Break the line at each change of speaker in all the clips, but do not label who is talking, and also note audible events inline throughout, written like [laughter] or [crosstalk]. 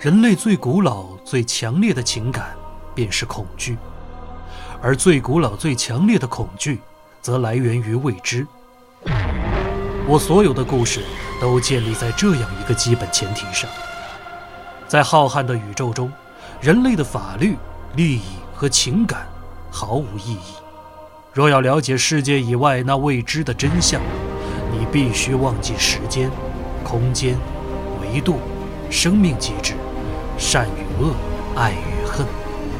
人类最古老、最强烈的情感便是恐惧，而最古老、最强烈的恐惧，则来源于未知。我所有的故事都建立在这样一个基本前提上：在浩瀚的宇宙中，人类的法律、利益和情感毫无意义。若要了解世界以外那未知的真相，你必须忘记时间、空间、维度、生命机制、善与恶、爱与恨，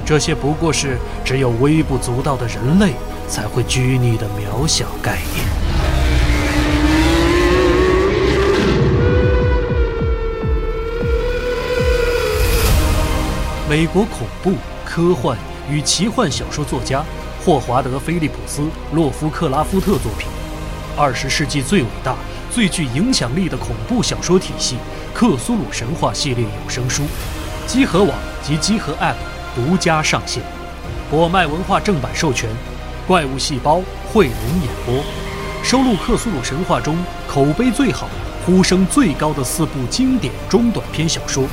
这些不过是只有微不足道的人类才会拘泥的渺小概念。美国恐怖、科幻与奇幻小说作家霍华德·菲利普斯·洛夫克拉夫特作品。二十世纪最伟大、最具影响力的恐怖小说体系《克苏鲁神话》系列有声书，集合网及集合 App 独家上线，果麦文化正版授权，怪物细胞汇龙演播，收录《克苏鲁神话》中口碑最好、呼声最高的四部经典中短篇小说，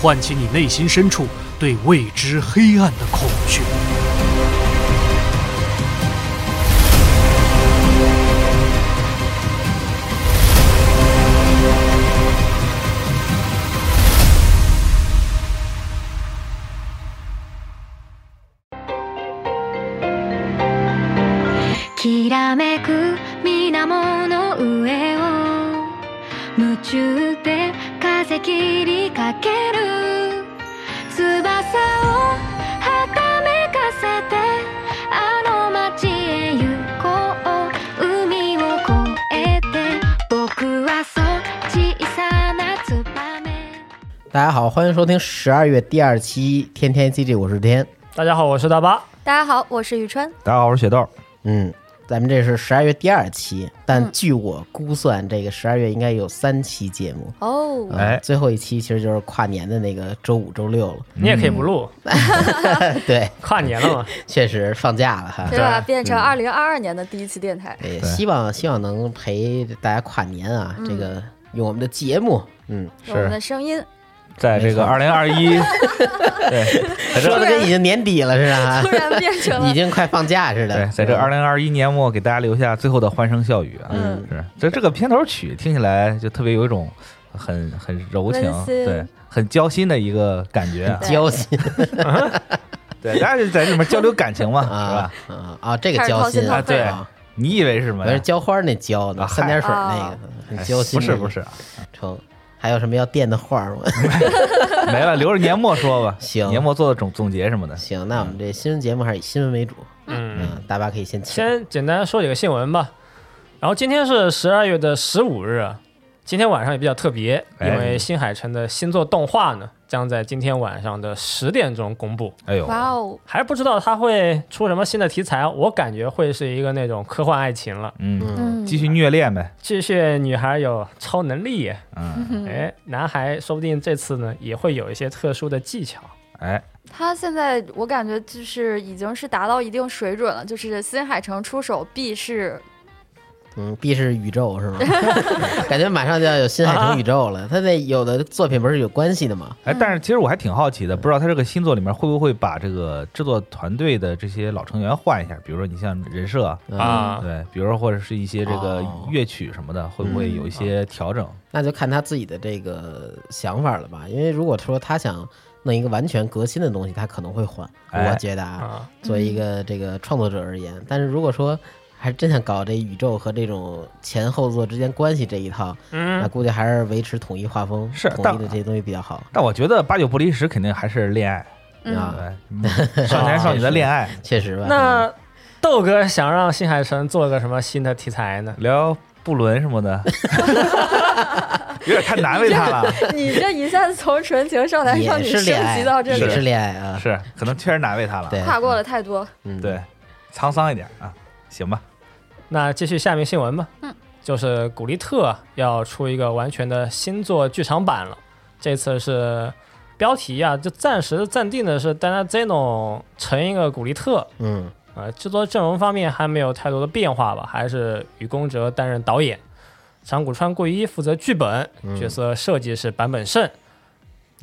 唤起你内心深处对未知黑暗的恐惧。
きらめく水面の上を夢中で風切りかける翼をはためかせてあの街へ行こう海を越えて僕はそう小さなツバメ
大家好，欢迎收听十二月第二期《天天 CG》，我是天。
大家好，我是大巴。
大家好，我是宇川。
大家好，我是雪豆。
嗯，咱们这是十二月第二期，
嗯
但据我估算，这个十二月应该有三期节目。
哦，
呃
哎
最后一期其实就是跨年的那个周五、周六了。 [laughs]
你也可以不录，
对，
跨年了嘛？
确实放假了哈
对。吧？
对
变
嗯
成二零二二年的第一期电台，
对，
对
希望希望能陪大家跨年啊，这
嗯
个用我们的节目，嗯，
我们的声音
在这个
没
二零二一，对，在
说
这
的跟已经年底了似
突
的 [laughs]
然变成
啊，已
了
经快放假似的嗯
对，。在这二零二一年末给大家留下最后的欢声笑语啊！
嗯
是这这个片头曲听起来就特别有一种很很柔情
温，馨
对，很交心的一个感觉啊。
交心
对，大家就在这里面交流感情嘛，是
啊
吧？
啊啊！这个
开始
交
掏心
心
掏
啊，
肺
啊
你以为是什么
我是
呀？
浇花那浇呢，
啊
三点水那
嗨
个，很
哎
浇心。
不是不，是啊，
成。还有什么要垫的话
[laughs]
儿吗？
没了，留着年末说吧。
行
年末做的总总结什么的。
行，那我们这新闻节目还是以新闻为主。
嗯，
嗯，大巴可以先请。
先简单说几个新闻吧。然后今天是十二月的十五日，啊今天晚上也比较特别，因
哎
为新海诚的新作动画呢，将在今天晚上的十点钟公布。
哎呦，
哇哦，
还不知道他会出什么新的题材，啊我感觉会是一个那种科幻爱情了。
嗯，
嗯，
继续虐恋呗。
继续，女孩有超能力，
嗯，
哎，男孩说不定这次呢也会有一些特殊的技巧。
哎，
他现在我感觉就是已经是达到一定水准了，就是新海诚出手必是
嗯，必是宇宙是吗？感觉马上就要有新海诚宇宙了。他那有的作品不是有关系的吗？
哎，但是其实我还挺好奇的，不知道他这个新作里面会不会把这个制作团队的这些老成员换一下，比如说你像人设啊，
嗯
啊
对，比如说或者是一些这个
哦嗯
乐曲什么的，会不会有一些调整？
那就看他自己的这个想法了吧。因为如果说他想弄一个完全革新的东西，他可能会换。
哎
我觉得啊，
啊，
作
嗯
为一个这个创作者而言，但是如果说还真想搞这宇宙和这种前后作之间关系这一套，
嗯
那估计还是维持统一画风、
是
统
但
一的这些东西比较好
但我觉得八九不离十肯定还是恋爱，
嗯，
啊，
对，嗯少年少女的
[laughs]
恋爱，
确实吧？
那豆哥想让新海诚做个什么新的题材呢？
聊布伦什
[laughs]
么的，有点太难为他了，
嗯你这一下子从纯情少男少
也
女
是
升
恋
级到
爱，
这
也 [laughs]
里，
是恋爱啊，
是可能确实难为他了，
对
跨过了太多，
嗯
对，沧桑一点啊，行吧，
那继续下面新闻吧。
嗯，
就是古力特要出一个完全的新作剧场版了。这次是标题啊，就暂时暂定的是 Dana Zeno 成一个古力特。
嗯
呃，制作阵容方面还没有太多的变化吧，还是宇宫哲担任
嗯
导演，长谷川贵一负责剧本，角色设计是坂本胜。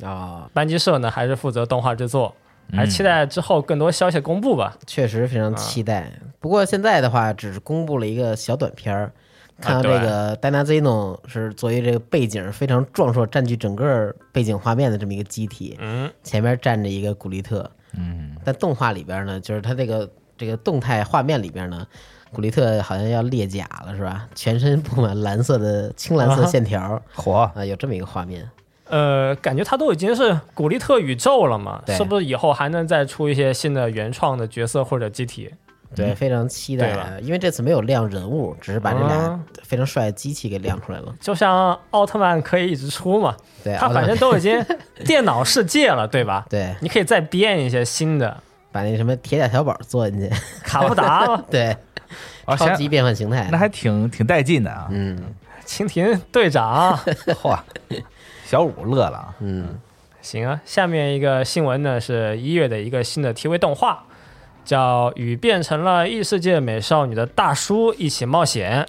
啊，
班级社呢还是负责动画制作，还
嗯
期待之后更多消息公布吧。
确实非常期待。不过现在的话，只是公布了一个小短片儿，
啊
看到这
对
个戴拿 Zeno 是作为这个背景非常壮硕、占据整个背景画面的这么一个机体，
嗯，
前面站着一个古力特。
嗯，
但动画里边呢，就是它这个这个动态画面里边呢，古力特好像要裂甲了，是吧？全身布满蓝色的青蓝色线条啊、
火，
有这么一个画面。
呃，感觉它都已经是古力特宇宙了嘛，
对
是不是以后还能再出一些新的原创的角色或者机体？
对，非常期待
对
啊
吧，
因为这次没有亮人物，只是把这俩
啊
非常帅的机器给亮出来了。
就像奥特曼可以一直出嘛，
对，
它
奥特曼
反正都已经电脑世界了，对吧？
[laughs] 对，
你可以再编一些新的
把那什么铁甲小宝做进去，，
卡布达嘛
[laughs] 对，
啊
超
行
级变换形态，
那还挺挺带劲的啊。
嗯
蜻蜓队长。
嚯，小五乐了啊。
嗯，
行啊，下面一个新闻呢是一月的一个新的 TV 动画，叫《与变成了异世界美少女的大叔一起冒险》。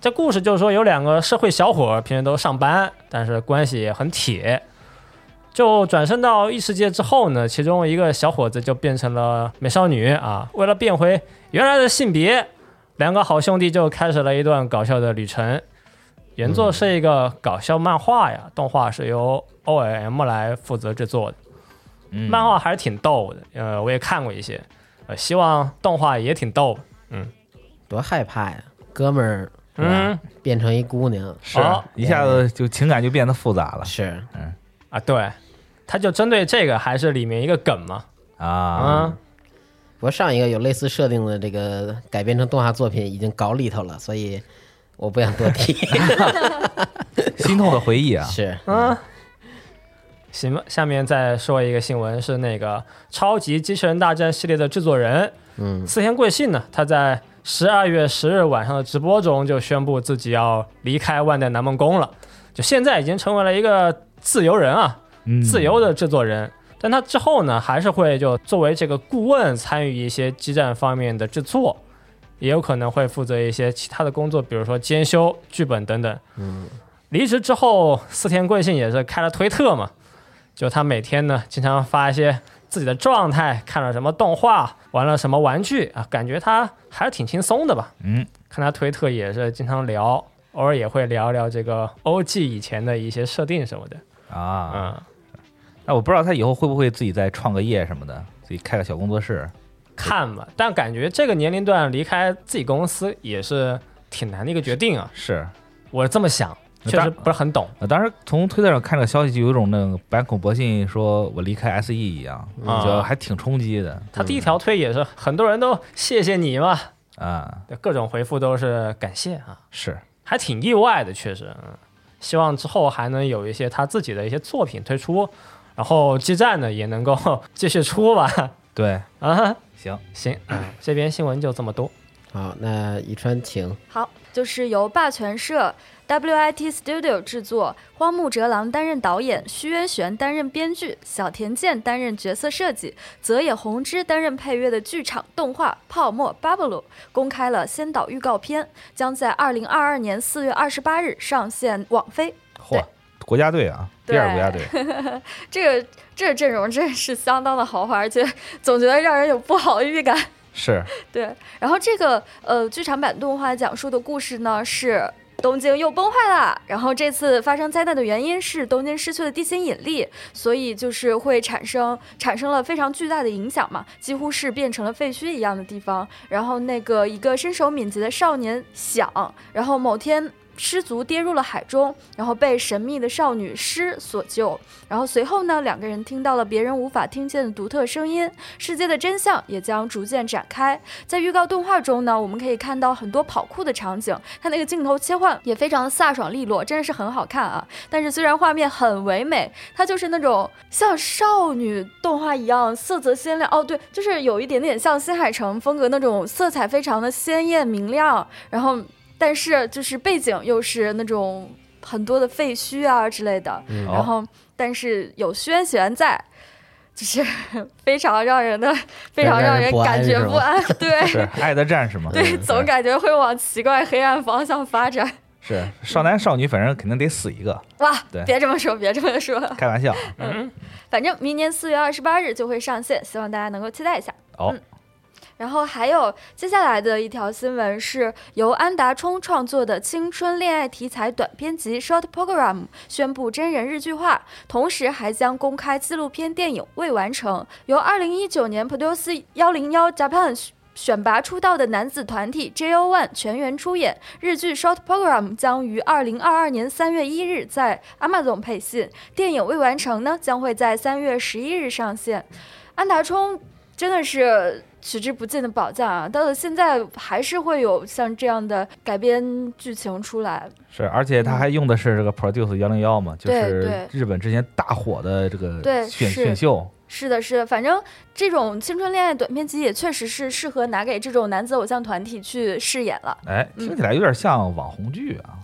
这故事就是说，有两个社会小伙儿平时都上班，但是关系也很铁。就转身到异世界之后呢，其中一个小伙子就变成了美少女啊。为了变回原来的性别，两个好兄弟就开始了一段搞笑的旅程。原作是一个搞笑漫画呀，动画是由 OLM 来负责制作的。
嗯
漫画还是挺逗的，呃，我也看过一些，呃，希望动画也挺逗。
多害怕呀，哥们儿，是吧
嗯
变成一姑娘
是
哦
一下子就情感就变得复杂了
是
啊，对，他就针对这个还是里面一个梗嘛，
啊
啊。，
不过上一个有类似设定的这个改编成动画作品已经搞里头了，所以我不想多提。
心痛的回忆啊，
是，
嗯，行吧，下面再说一个新闻，是那个《超级机器人大战》系列的制作人，
嗯，
四田贵信呢，他在十二月十日晚上的直播中就宣布自己要离开万代南梦宫了，就现在已经成为了一个自由人啊，
嗯
自由的制作人。但他之后呢，还是会就作为这个顾问参与一些基站方面的制作，也有可能会负责一些其他的工作，比如说监修、剧本等等。嗯，离职之后，四田贵信也是开了推特嘛，就他每天呢经常发一些自己的状态，看了什么动画，玩了什么玩具啊，感觉他还是挺轻松的吧。
嗯，
看他推特也是经常聊，偶尔也会聊聊这个 OG 以前的一些设定什么的。
啊。
嗯。
那我不知道他以后会不会自己再创个业什么的，自己开个小工作室。
看吧，但感觉这个年龄段离开自己公司也是挺难的一个决定啊。
是，
我这么想，
那
确
当
实不是很懂
我啊当时从推特上看这个消息，就有一种那个坂口博信说我离开 SE 一样，
啊
就还挺冲击的
他第一条推也是很多人都谢谢你嘛，
啊。
各种回复都是感谢啊，
是，
还挺意外的，确实。嗯，希望之后还能有一些他自己的一些作品推出，然后基站呢也能够 [laughs] 继续出吧。
对，
啊，
行，
行，嗯这边新闻就这么多。
好，那宇川请，
好，就是由霸权社 WIT Studio 制作，荒木哲郎担任导演，须渊玄担任编剧，小田健担任角色设计，泽野弘之担任配乐的剧场动画《泡沫 Bubble》公开了先导预告片，将在二零二二年四月二十八日上线网飞。 [laughs]
嚯，国家队啊，第二国家队，
这个这个阵容真是相当的豪华，而且总觉得让人有不好的预感。
是
[laughs] 对，然后这个呃剧场版动画讲述的故事呢是。东京又崩坏了，然后这次发生灾难的原因是东京失去了地心引力，所以就是会产生产生了非常巨大的影响嘛，几乎是变成了废墟一样的地方。然后那个一个身手敏捷的少年想，然后某天失足跌入了海中，然后被神秘的少女诗所救。然后随后呢，两个人听到了别人无法听见的独特声音，世界的真相也将逐渐展开。在预告动画中呢，我们可以看到很多跑酷的场景，它那个镜头切换也非常的飒爽利落，真的是很好看啊。但是虽然画面很唯美，它就是那种像少女动画一样色泽鲜亮，哦对，就是有一点点像新海诚风格那种色彩非常的鲜艳明亮，然后但是就是背景又是那种很多的废墟啊之类的，
嗯
然后但是有轩辕在。就是 [laughs] 非常让人的，非常让人
不安
感觉
是吧
不安，对， [laughs]
是，爱的战士嘛。
对，
嗯
总感觉会往奇怪黑暗方向发展。
是少男少女，反正肯定得死一个，
哇
对，
别这么说，别这么说，
开玩笑啊。
嗯，
反正明年四月二十八日就会上线，希望大家能够期待一下。
哦，
然后还有接下来的一条新闻是由安达充创作的青春恋爱题材短篇集《Short Program》宣布真人日剧化，同时还将公开纪录片电影《未完成》，由二零一九年 Produce 幺零幺 Japan 选选拔出道的男子团体 JO1 全员出演。日剧《Short Program》将于二零二二年三月一日在 Amazon 配信，电影《未完成》呢将会在三月十一日上线。安达充真的是取之不尽的宝藏啊！到了现在还是会有像这样的改编剧情出来，
是，而且他还用的是这个 Produce 幺零幺嘛，就
嗯对
是
对
日本之前大火的这个
对
选
是
选秀，
是的，是的，反正这种青春恋爱短片集也确实是适合拿给这种男子偶像团体去饰演了。
哎，听起来有点像网红剧啊。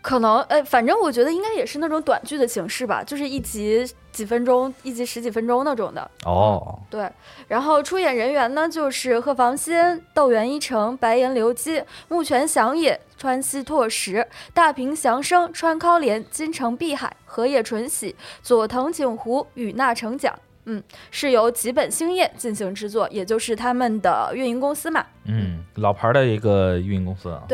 可能，呃，反正我觉得应该也是那种短剧的形式吧，就是一集几分钟，一集十几分钟那种的。
哦，
对，然后出演人员呢就是贺防仙、豆原一成、白岩流基、木泉祥也、川西拓实、大平祥生、川尻莲、金城碧海、河野纯喜、佐藤景湖、与那成奖。嗯，是由吉本兴业进行制作，也就是他们的运营公司嘛。
嗯，老牌的一个运营公司啊。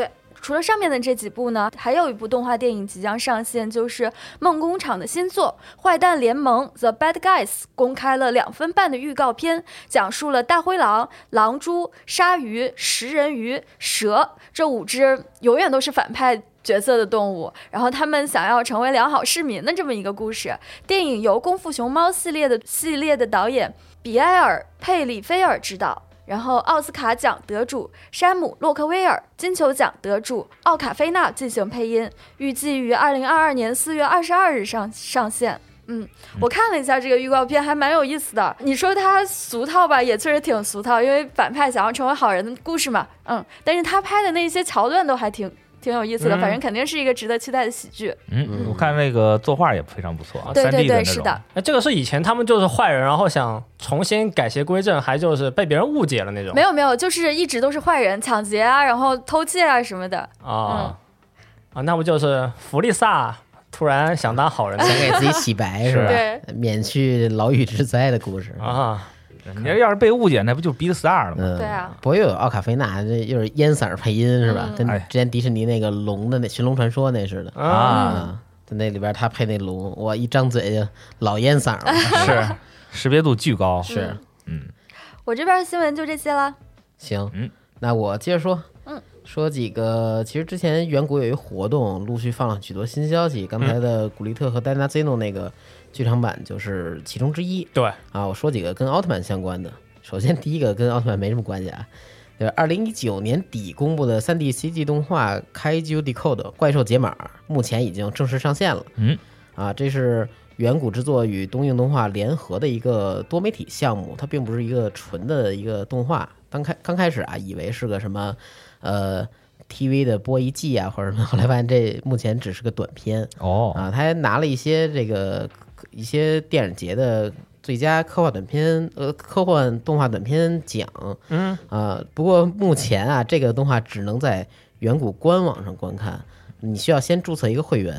除了上面的这几部呢，还有一部动画电影即将上线，就是梦工厂的新作《坏蛋联盟》（The Bad Guys） 公开了两分半的预告片，讲述了大灰狼、狼蛛、鲨鱼、食人鱼、蛇这五只永远都是反派。角色的动物，然后他们想要成为良好市民的这么一个故事。电影由《功夫熊猫》系列的系列的导演比埃尔·佩里菲尔执导，然后奥斯卡奖得主山姆·洛克威尔、金球奖得主奥卡菲纳进行配音，预计于二零二二年四月二十二日上上线。嗯，我看了一下这个预告片，还蛮有意思的。你说它俗套吧，也确实挺俗套，因为反派想要成为好人的故事嘛。嗯，但是他拍的那些桥段都还挺挺有意思的，
嗯
反正肯定是一个值得期待的喜剧。
嗯，我看那个作画也非常不错啊，
对
三 D
对
的那
对，
种。
是的，
那哎这个是以前他们就是坏人，然后想重新改邪归正，还就是被别人误解了那种。
没有没有，就是一直都是坏人，抢劫啊，然后偷窃啊什么的。
啊、啊，那不就是弗利萨突然想当好人的
想给自己洗白是吧？
对，
免去牢狱之灾的故事。 [laughs]
啊？
你这要是被误解，那不就 Beat Star 了吗？
嗯，
对啊嗯
不过又有奥卡菲娜，这又是烟嗓儿配音是吧？跟
哎
之前迪士尼那个龙的那《寻龙传说》那似的
啊，
啊，在那里边他配那龙，我一张嘴就老烟嗓儿了。
是，
嗯
识别度巨高。
是，
嗯，
我这边新闻就这些啦。
行，
嗯
那我接着说，
嗯，
说几个，其实之前远古有一活动，陆续放了许多新消
嗯
息，刚才的古力特和丹达 Zeno 那个剧场版就是其中之一。
对，
啊，我说几个跟奥特曼相关的。首先，第一个跟奥特曼没什么关系啊，就是二零一九年底公布的三 D CG 动画《开 u Decode》怪兽解码，目前已经正式上线了。
嗯，
啊，这是远古制作与东映动画联合的一个多媒体项目，它并不是一个纯的一个动画。刚开刚开始啊，以为是个什么，呃，TV 的播一季啊或者什么，后来发现这目前只是个短片。
哦，
啊，他还拿了一些这个一些电影节的最佳科幻短片呃科幻动画短片奖。
嗯
啊，不过目前啊，这个动画只能在远古官网上观看，你需要先注册一个会员，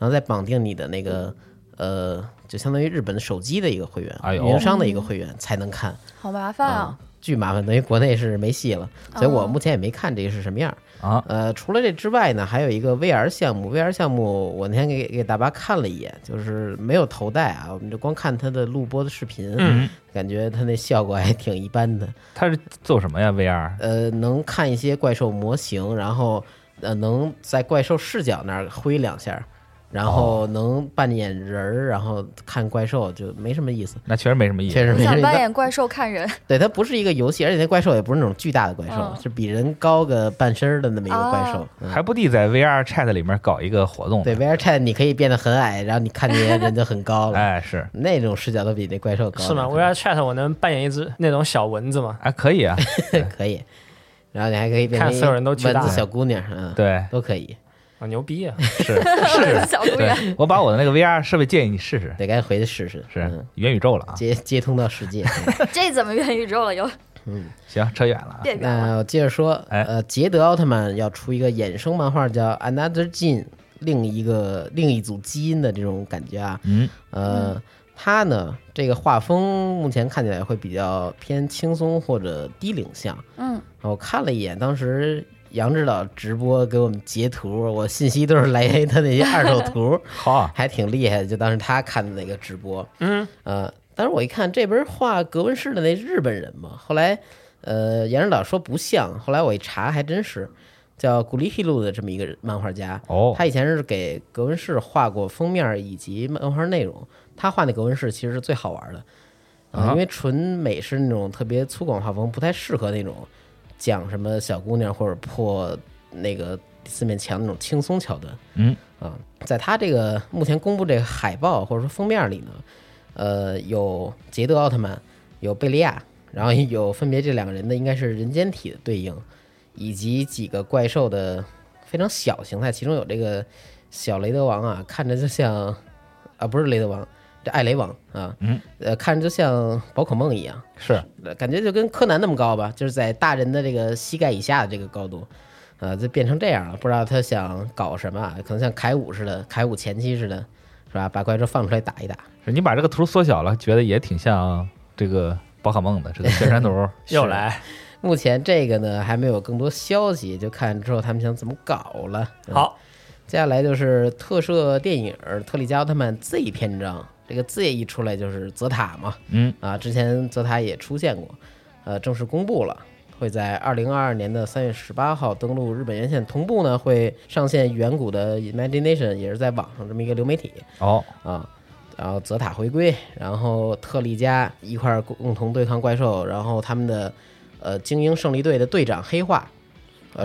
然后再绑定你的那个呃，就相当于日本手机的一个会员，
哎呦
运营商的一个会员才能看。
好麻烦啊！ [laughs]
巨麻烦，等于国内是没戏了，所以我目前也没看这个是什么样儿
啊。
呃，除了这之外呢，还有一个 VR 项目，VR 项目我那天给给大巴看了一眼，就是没有头戴啊，我们就光看他的录播的视频，
嗯
感觉他那效果还挺一般的。
他是做什么呀？VR？
呃，能看一些怪兽模型，然后呃，能在怪兽视角那儿挥两下儿，然后能扮演人儿，然后看怪兽，就没什么意思。
那确实没什么意
确
思。
实
我
没什么
想
意思
扮。演怪兽看 [laughs] 人，
对，它不是一个游戏，而且那怪兽也不是那种巨大的怪兽，
嗯
是比人高个半身儿的那么一个
哦
怪兽。嗯
还不地在 VR Chat 里面搞一个活动呢。
对 VR Chat 你可以变得很矮，然后你看见人就很高了，
哎，是，
那种视角都比那怪兽高。
是吗？VR Chat 我能扮演一只那种小蚊子吗？
哎，可以啊。
可以，然后你还可以变成
看所有人都巨
蚊
大
子小姑娘，嗯，，
对，
都可以。
啊，牛逼啊！
[laughs]
是是。
小姑娘。
对，我把我的那个 VR 设备建议你试试，
得该回去试试。
是
嗯
元宇宙了啊。 [laughs]
接接通到世界，
这怎么元宇宙了又？
嗯，
行，扯远了啊。
变远了。
那我接着说，
哎
呃，捷德奥特曼要出一个衍生漫画叫《Another Gene》，另一个另一组基因的这种感觉啊，
嗯，
呃，它呢这个画风目前看起来会比较偏轻松或者低龄向。
嗯，
我看了一眼，当时杨指导直播给我们截图，我信息都是来源于他那些二手图，
好啊，
还挺厉害的。就当时他看的那个直播，
嗯，
呃，当时我一看这不是画格纹式的那日本人嘛，后来呃杨指导说不像，后来我一查还真是。叫古力希路的这么一个人漫画家，
哦
他以前是给格纹式画过封面以及漫画内容，他画那格纹式其实是最好玩的，啊、
啊
因为纯美式那种特别粗犷画风不太适合那种讲什么小姑娘或者破那个四面墙那种轻松桥段。
嗯
啊，在他这个目前公布这个海报或者说封面里呢，呃，有捷德奥特曼，有贝利亚，然后有分别这两个人的应该是人间体的对应，以及几个怪兽的非常小形态，其中有这个小雷德王啊，看着就像啊不是雷德王，这艾雷王啊，
嗯，
呃，看着就像宝可梦一样。
是
呃感觉就跟柯南那么高吧，就是在大人的这个膝盖以下的这个高度，呃，就变成这样了。不知道他想搞什么啊，可能像凯五似的，凯五前期似的，是吧？把怪兽放出来打一打，
是，你把这个图缩小了，觉得也挺像这个宝可梦的这个宣
[laughs]
传图。
又来，
目前这个呢还没有更多消息，就看之后他们想怎么搞了。嗯
好，
接下来就是特摄电影《特利迦奥特曼 Z》篇章，这个 Z 一出来就是泽塔嘛，
嗯
啊，之前泽塔也出现过，呃，正式公布了，会在二零二二年的三月十八号登陆日本院线，同步呢会上线远古的 Imagination，也是在网上这么一个流媒体
哦，
啊。然后泽塔回归，然后特利迦一块儿共同对抗怪兽，然后他们的呃精英胜利队的队长黑化，
哎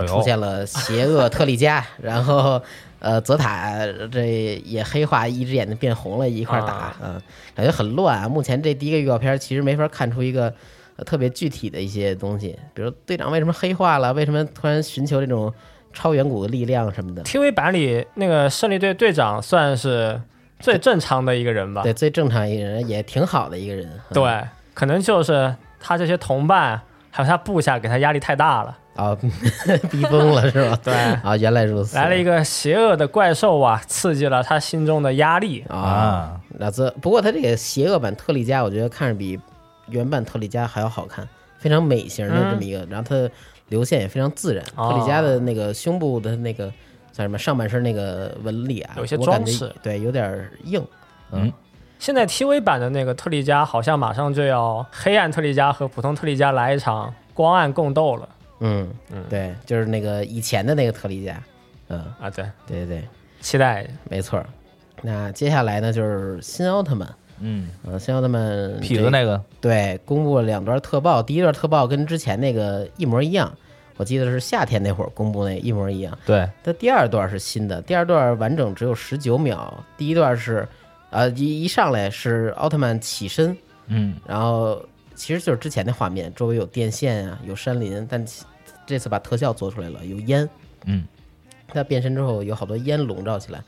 呃
呦
出现了邪恶特利迦， [laughs] 然后呃泽塔这也黑化，一只眼睛变红了，一块儿打
啊，
嗯、感觉很乱啊。目前这第一个预告片其实没法看出一个、呃特别具体的一些东西，比如队长为什么黑化了，为什么突然寻求这种超远古的力量什么的。
TV 版里那个胜利队队长算是最正常的一个人吧？
对，最正常一个人也挺好的一个人，嗯
对，可能就是他这些同伴还有他部下给他压力太大了，
啊， [laughs] 逼疯了是吧？
[laughs] 对
啊，原来如此。
来了一个邪恶的怪兽啊，刺激了他心中的压力。
啊，
啊，
那这不过他这个邪恶版特利迦，我觉得看着比原版特利迦还要好看，非常美型的这么一个，然后它的流线也非常自然。
嗯哦
特利迦的那个胸部的那个算什么上半身那个纹理啊，
有一些
我感觉
装饰
对，有点硬。
嗯，
现在 TV 版的那个特利迦好像马上就要黑暗特利迦和普通特利迦来一场光暗共斗了
嗯，对，就是那个以前的那个特利迦，嗯，
啊！对，
对对对，
期待
没错儿。那接下来呢，就是新奥特曼，
嗯，
呃，新奥特曼
痞
这
子那个
对，公布了两段特报，第一段特报跟之前那个一模一样，我记得是夏天那会儿公布那一模一样。
对，
但第二段是新的，第二段完整只有十九秒，第一段是，呃，一一上来是奥特曼起身，
嗯，
然后其实就是之前的画面，周围有电线啊，有山林，但其这次把特效做出来了，有烟，
嗯，
他变身之后有好多烟笼罩起来，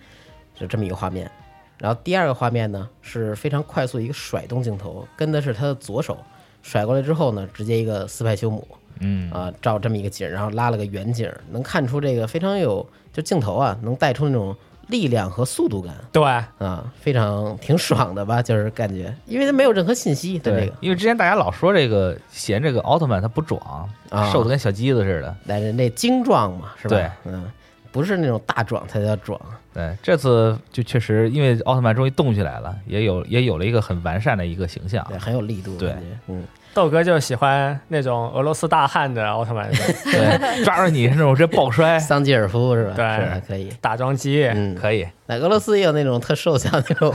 就这么一个画面。然后第二个画面呢是非常快速一个甩动镜头，跟的是他的左手甩过来之后呢，直接一个四派修姆，
嗯
啊、照这么一个景儿，然后拉了个远景儿，能看出这个非常有就镜头啊，能带出那种力量和速度感
对
啊，非常挺爽的吧，就是感觉，因为它没有任何信息，它这
对
个，，
因为之前大家老说这个嫌这个奥特曼他不壮
啊，
瘦的跟小鸡子似的。
但是那精壮嘛，是吧？
对，
嗯，不是那种大壮才叫壮，
对，这次就确实因为奥特曼终于动起来了，也有也有了一个很完善的一个形象。
对，很有力度，
啊对
感觉，嗯，，
豆哥就喜欢那种俄罗斯大汉的奥特曼，是吧
对，抓住你是那种直接爆摔
桑吉尔夫是吧？
对哎
是吧可以，
打桩机。
[laughs] 嗯，
可以，
那俄罗斯也有那种特瘦小那种，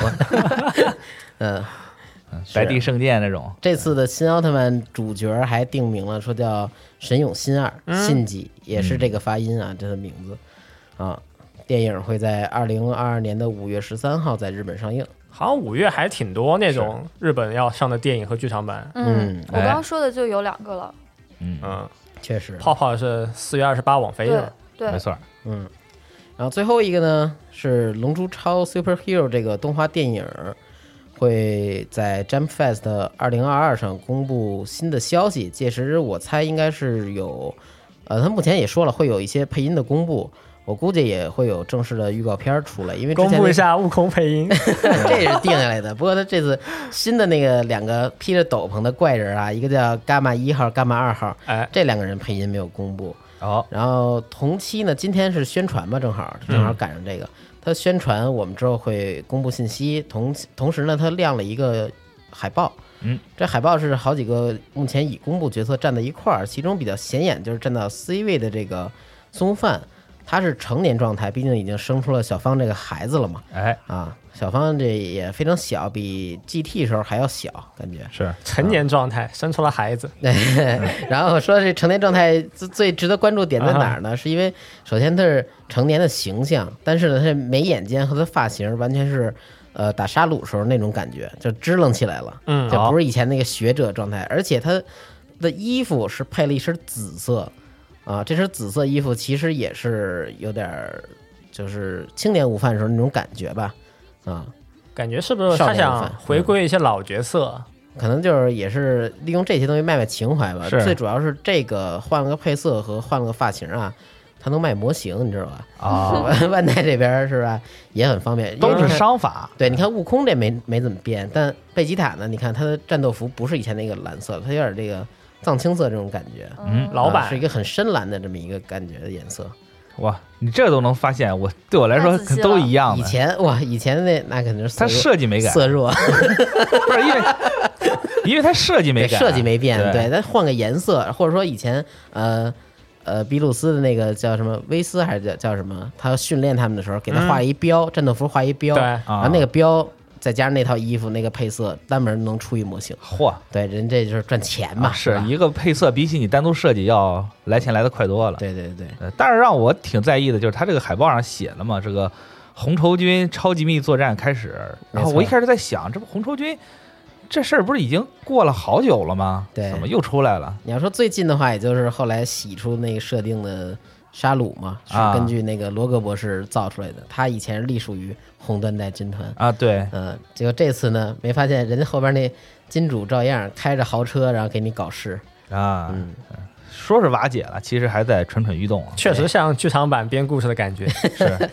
[laughs] 嗯，是
白帝圣剑那种。
这次的新奥特曼主角还定名了，说叫神勇新二、信吉，也是
嗯
这个发音啊，这个名字啊。电影会在二零二二年的五月十三号在日本上映。
好像五月还挺多那种日本要上的电影和剧场版。
嗯，我刚
哎
刚说的就有两个了。
嗯，
嗯，
确实，
泡泡是四月二十八网飞
对
的。
对
没，错儿。
嗯。然后最后一个呢是《龙珠超 Super Hero》这个动画电影，会在 Jump Fest 二零二二上公布新的消息，届时我猜应该是有，呃，他目前也说了会有一些配音的公布，我估计也会有正式的预告片儿出来，因为之
公
前
布
那
一下悟空配音，
[laughs] 这也是定下来的。不过他这次新的那个两个披着斗篷的怪人啊，一个叫伽马一号、伽马二号，
[laughs] 哎，
这两个人配音没有公布。
哦，
然后同期呢，今天是宣传嘛，正好正好赶上这个，他宣传我们之后会公布信息。同同时呢，他亮了一个海报，
嗯，
这海报是好几个目前已公布角色站在一块儿，其中比较显眼就是站到 C 位的这个松范，他是成年状态，毕竟已经生出了小芳这个孩子了嘛，
哎，
啊，小芳这也非常小，比 GT 时候还要小，感觉。
是
成年状态生出了孩子，
然后说这成年状态最最值得关注点在哪儿呢？是因为首先他是成年的形象，但是呢，他眉眼间和他发型完全是，呃，打沙鲁时候那种感觉，就支棱起来了，
嗯
就不是以前那个学者状态，而且他的衣服是配了一身紫色，啊，这身紫色衣服其实也是有点儿，就是青年午饭时候那种感觉吧，啊，
感觉是不是
少
他
年
想
犯
回归一些老角色？
可能就是也是利用这些东西卖卖情怀吧。
是
最主要是这个换了个配色和换了个发型啊，它能卖模型，你知道吧？ [laughs]
啊，
万万代这边是吧也很方便，
都
因为
是
你看。
商法，
对，你看悟空这没没怎么变，但贝吉塔呢？你看他的战斗服不是以前那个蓝色，它有点这个藏青色这种感觉，
嗯
老板
啊是一个很深蓝的这么一个感觉的颜色。
哇，你这都能发现，我对我来说
太仔细
都
了
一样
以
的。
前哇，以前那那肯定是
它
色弱
设计没改，
色弱，
不是
[laughs]
因为因为它设计没
对，
改，
设计没变，
对
对，但换个颜色，或者说以前呃呃比鲁斯的那个叫什么威斯还是叫叫什么，他训练他们的时候给他画一标，战斗服画一标，
对
然
嗯啊
后那个标再加上那套衣服那个配色，单门能出一模型，
嚯，
对，人这就是赚钱嘛，
啊是
吧
一个配色比起你单独设计要来钱来的快多了。
对对对，
呃，但是让我挺在意的就是它这个海报上写了嘛，这个红绸军超级密作战开始。然后
没错
我一开始在想，这不红绸军这事儿不是已经过了好久了吗？
对
怎么又出来了？
你要说最近的话，也就是后来洗出那个设定的。沙鲁嘛，是
啊
根据那个罗格博士造出来的。他以前隶属于红缎带军团，
啊，对，
嗯，结果这次呢，没发现人家后边那金主照样开着豪车，然后给你搞事。
啊，
嗯
说是瓦解了，其实还在蠢蠢欲动啊。
确实像剧场版编故事的感觉。
是，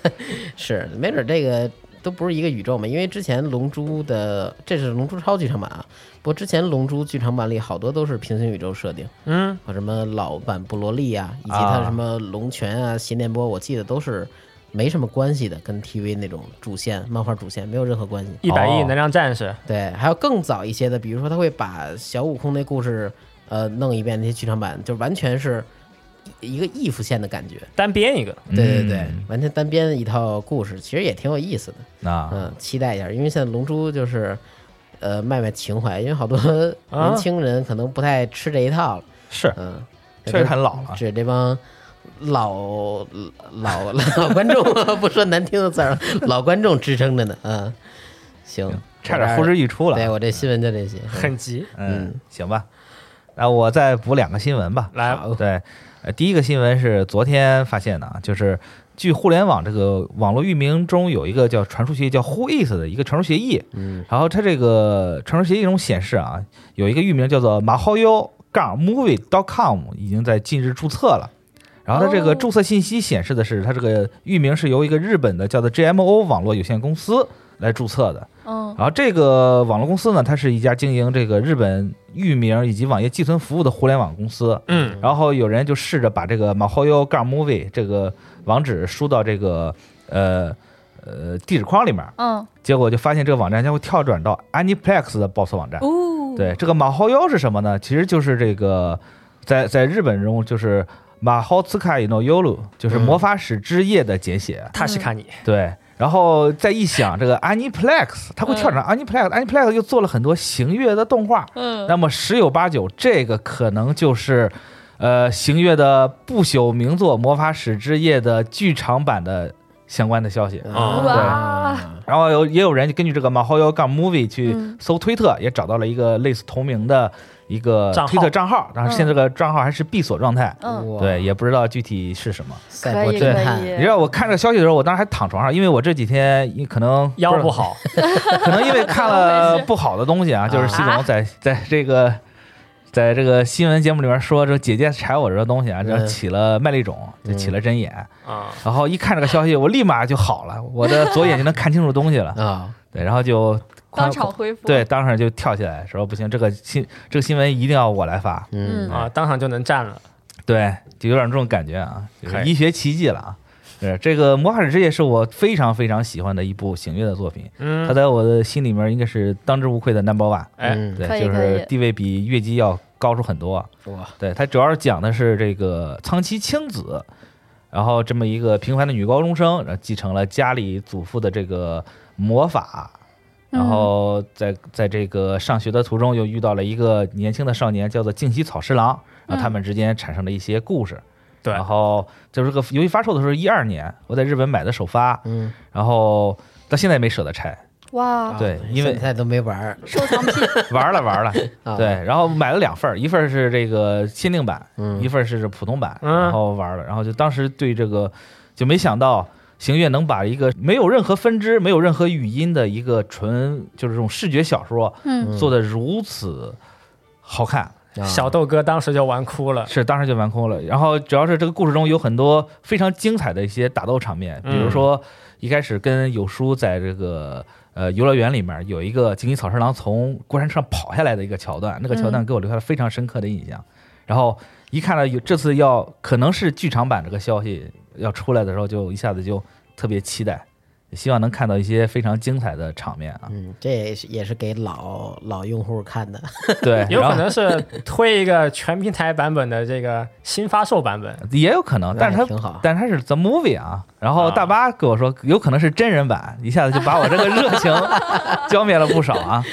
是，没准这个都不是一个宇宙嘛，因为之前《龙珠》的这是《龙珠超》剧场版啊，不过之前《龙珠》剧场版里好多都是平行宇宙设定，
嗯，
啊，什么老版布罗利啊，以及
啊
他什么龙泉啊、邪电波，我记得都是没什么关系的，跟 TV 那种主线、漫画主线没有任何关系。
一百亿
哦
能量战士，
对，还有更早一些的，比如说他会把小悟空那故事，呃，弄一遍那些剧场版，就完全是一一个异复线的感觉。
单编一个。
对对对，
嗯
完全单编一套故事，其实也挺有意思的。
那
嗯，期待一下，因为现在龙珠就是，呃，卖卖情怀，因为好多年轻人可能不太吃这一套了。
啊是
嗯，
确实很老了。
指这帮老老老观众 [laughs] 不说难听的词儿，老观众支撑着呢。嗯，行，
差点呼之欲出了。啊
对我这新闻就这些，
很急，
嗯，行吧，那我再补两个新闻吧。
来
好
对，呃，第一个新闻是昨天发现的啊，就是据互联网这个网络域名中有一个叫传输协议叫 Whois 的一个传输协议，
嗯，
然后它这个传输协议中显示啊，有一个域名叫做马浩优杠 movie dot com 已经在近日注册了。然后它这个
哦
注册信息显示的是，它这个域名是由一个日本的叫做 GMO 网络有限公司来注册的。
嗯，
然后这个网络公司呢，它是一家经营这个日本域名以及网页寄存服务的互联网公司。
嗯，
然后有人就试着把这个 mahoyo 杠 movie 这个网址输到这个呃呃地址框里面，
嗯，
结果就发现这个网站将会跳转到 Aniplex 的 BOSS 网站。
哦，
对，这个 mahoyo 是什么呢？其实就是这个在在日本中就是。马豪斯卡伊诺尤鲁就是魔法使之夜的简写，
塔西卡尼，
对，然后再一想这个 Aniplex，它会跳转 Aniplex，Aniplex、又做了很多行乐的动画，
嗯，
那么十有八九这个可能就是，呃，行乐的不朽名作《魔法使之夜》的剧场版的相关的消息。
哦
哇
嗯
然后有也有人根据这个马浩幺杠 movie 去
嗯
搜推特，也找到了一个类似同名的一个
账号
推特账号，然后现在这个账号还是闭锁状态，
嗯，
哇
对，，也不知道具体是什么。
赛
可
博
以
侦
可
探，
你知
以，
道我看这个消息的时候，我当时还躺床上，因为我这几天因可能
腰不
好。
好，
[laughs] 可能因为看了不好的东西啊，就是西总在在这个在这个新闻节目里面说，这姐姐踩我这东西啊，
嗯
这起了麦粒肿，就起了针眼。
啊，
然后一看这个消息，我立马就好了，我的左眼就能看清楚东西了。
啊，
对，然后就
当场恢复。
对，当场就跳起来说不行，这个新这个新闻一定要我来发。
嗯
嗯
啊，当场就能站了。
对，就有点这种感觉啊，就是
可以
医学奇迹了啊。对，这个《魔法使之夜》是我非常非常喜欢的一部行乐的作品，
嗯
它，在我的心里面应该是当之无愧的 number one。
哎，
嗯
可
对，
以
就
可
是
以
地位比月姬要高出很多。啊
哇，
对，它主要是讲的是这个苍崎青子，然后这么一个平凡的女高中生，然后继承了家里祖父的这个魔法，然后在在这个上学的途中又遇到了一个年轻的少年，叫做静西草十郎，
嗯
然后他们之间产生了一些故事。
对
然后就是这个游戏发售的时候，一二年我在日本买的首发，
嗯，
然后到现在也没舍得拆，
哇，
对，因为
现在都没玩儿
收藏品，
玩了玩了，
啊，
对，，然后买了两份儿，一份儿是这个限定版，
嗯
一份儿是普通版，
嗯
然后玩了，然后就当时对这个就没想到行月能把一个没有任何分支、没有任何语音的一个纯就是这种视觉小说
嗯，
做的如此好看，
啊！
小豆哥当时就玩哭了。
是当时就玩空了。然后主要是这个故事中有很多非常精彩的一些打斗场面，比
嗯
如说一开始跟有叔在这个呃游乐园里面有一个锦鲤草蛇郎从过山车上跑下来的一个桥段，那个桥段给我留下了非常深刻的印象。然后一看到有这次要可能是剧场版这个消息要出来的时候，就一下子就特别期待，希望能看到一些非常精彩的场面啊
[laughs]
嗯，这也是也是给老老用户看的，
对，
有
然
可
后
能是推一个全平台版本的这个新发售版本，
也有可能，但是
那
它
也挺好
但是它是 the movie 啊。然后
啊
大巴跟我说，有可能是真人版，一下子就把我这个热情浇灭了不少啊。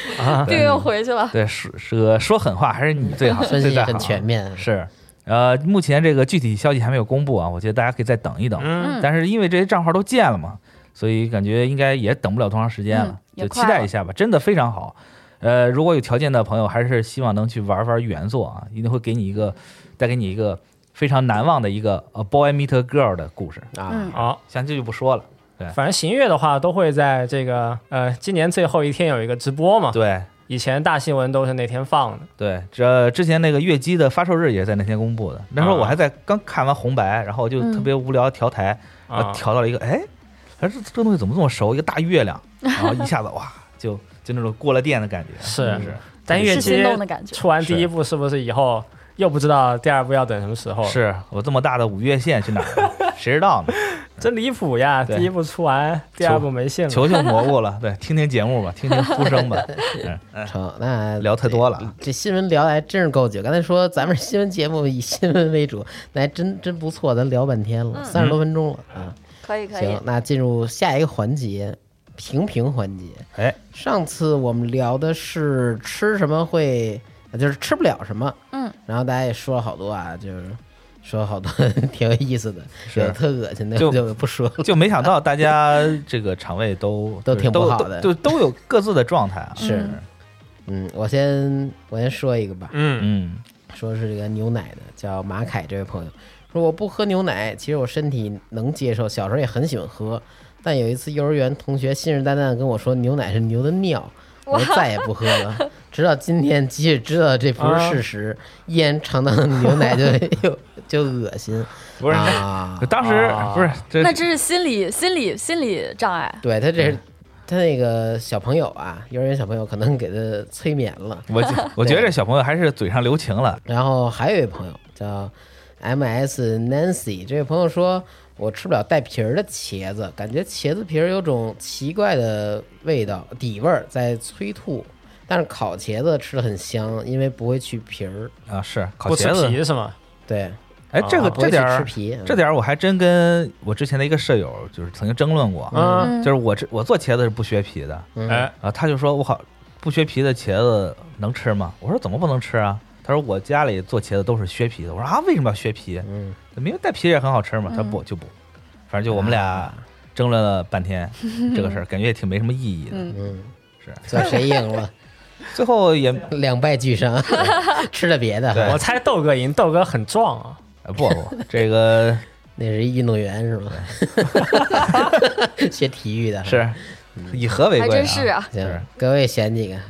对，又回去了。
对，说说说狠话还是你最好，
分析
最
也
在
很
行
全面，
是。呃，目前这个具体消息还没有公布啊，我觉得大家可以再等一等。
嗯，
嗯
但是因为这些账号都建了嘛，所以感觉应该也等不了多长时间了，
嗯也
就期
快
待
了
一下吧。真的非常好。呃，如果有条件的朋友，还是希望能去玩玩原作啊，一定会给你一个带给你一个非常难忘的一个呃 boy meet a girl 的故事。
啊
嗯，
好，
详细就不说了。
反正行月的话都会在这个呃今年最后一天有一个直播嘛，
对
以前大新闻都是那天放的，
对，这之前那个月姬的发售日也在那天公布的，那时候
啊
我还在刚看完红白，然后我就
嗯
特别无聊调台，然后
啊，
调到了一个，哎，哎这这东西怎么这么熟？一个大
[laughs]
月亮，然后一下子哇，就就那种过了电的感觉，嗯
是啊
是
但月
是心
姬
动的感觉。
出完第一部是不是以后又不知道第二部要等什么时候？，
是哦我这么大的五月线去哪儿
[laughs]
了？谁知道呢？
真离谱呀！
对
第一部出完，第二部没信了。
求求蘑菇了，对，听听节目吧，听听呼
[laughs]
声吧，嗯嗯
成，那
聊太多了啊。
这新闻聊的还真是够久。刚才说咱们新闻节目以新闻为主，那还真真不错，咱聊半天
嗯
了，三十、多分钟了啊。
可以可以
行，，那进入下一个环节，评评环节。
哎，
上次我们聊的是吃什么会，就是吃不了什么。
嗯，
然后大家也说了好多啊，就是说了好多 [laughs] 挺有意思的，
是
有特恶心的，
就
我就不说了。
就没想到大家这个肠胃都
都
就是
挺不
都
好
都
的
都都有各自的状态啊，
是，嗯，我先我先说一个吧。
嗯，
嗯。
说是这个牛奶的，叫马凯这位朋友说我不喝牛奶，其实我身体能接受，小时候也很喜欢喝，但有一次幼儿园同学信誓旦旦地跟我说牛奶是牛的尿，我就再也不喝了。直到今天，即使知道这不是事实，依然尝到牛奶就 [laughs] 就就恶心。
不是你
啊，
当时、
啊
不是这
那这是心理心理心理障碍。
对他
嗯
这是他那个小朋友啊，幼儿园小朋友可能给他催眠了。
我觉我觉得这小朋友还是嘴上留情了，
然后还有一位朋友叫 M S Nancy，这位朋友说我吃不了带皮儿的茄子，感觉茄子皮儿有种奇怪的味道底味儿在催吐，但是烤茄子吃的很香，因为不会去皮儿。
啊，是烤
不吃
茄子，
皮是吗？
对，
哎，这个
不
这
会去
点
吃
儿
皮，嗯
这点儿我还真跟我之前的一个舍友就是曾经争论过，
嗯，
就是我这我做茄子是不削皮的
哎，
啊，他就说我好不削皮的茄子能吃吗？我说怎么不能吃啊？他说我家里做茄子都是削皮的，我说啊为什么要削皮？
嗯，
明明带皮也很好吃嘛，他不就不，反正就我们俩争论了半天这个事儿，感觉也挺没什么意义的，
嗯
嗯，
是
算谁赢了？
最后也
两败俱伤，吃了别的，
对
哎我猜豆哥赢，豆哥很壮啊。
呃不不，这个
那是一运动员是吗？学体育的
[laughs] 是以和为
还
贵、啊，
真是啊。
行
是，
各位选几个？啊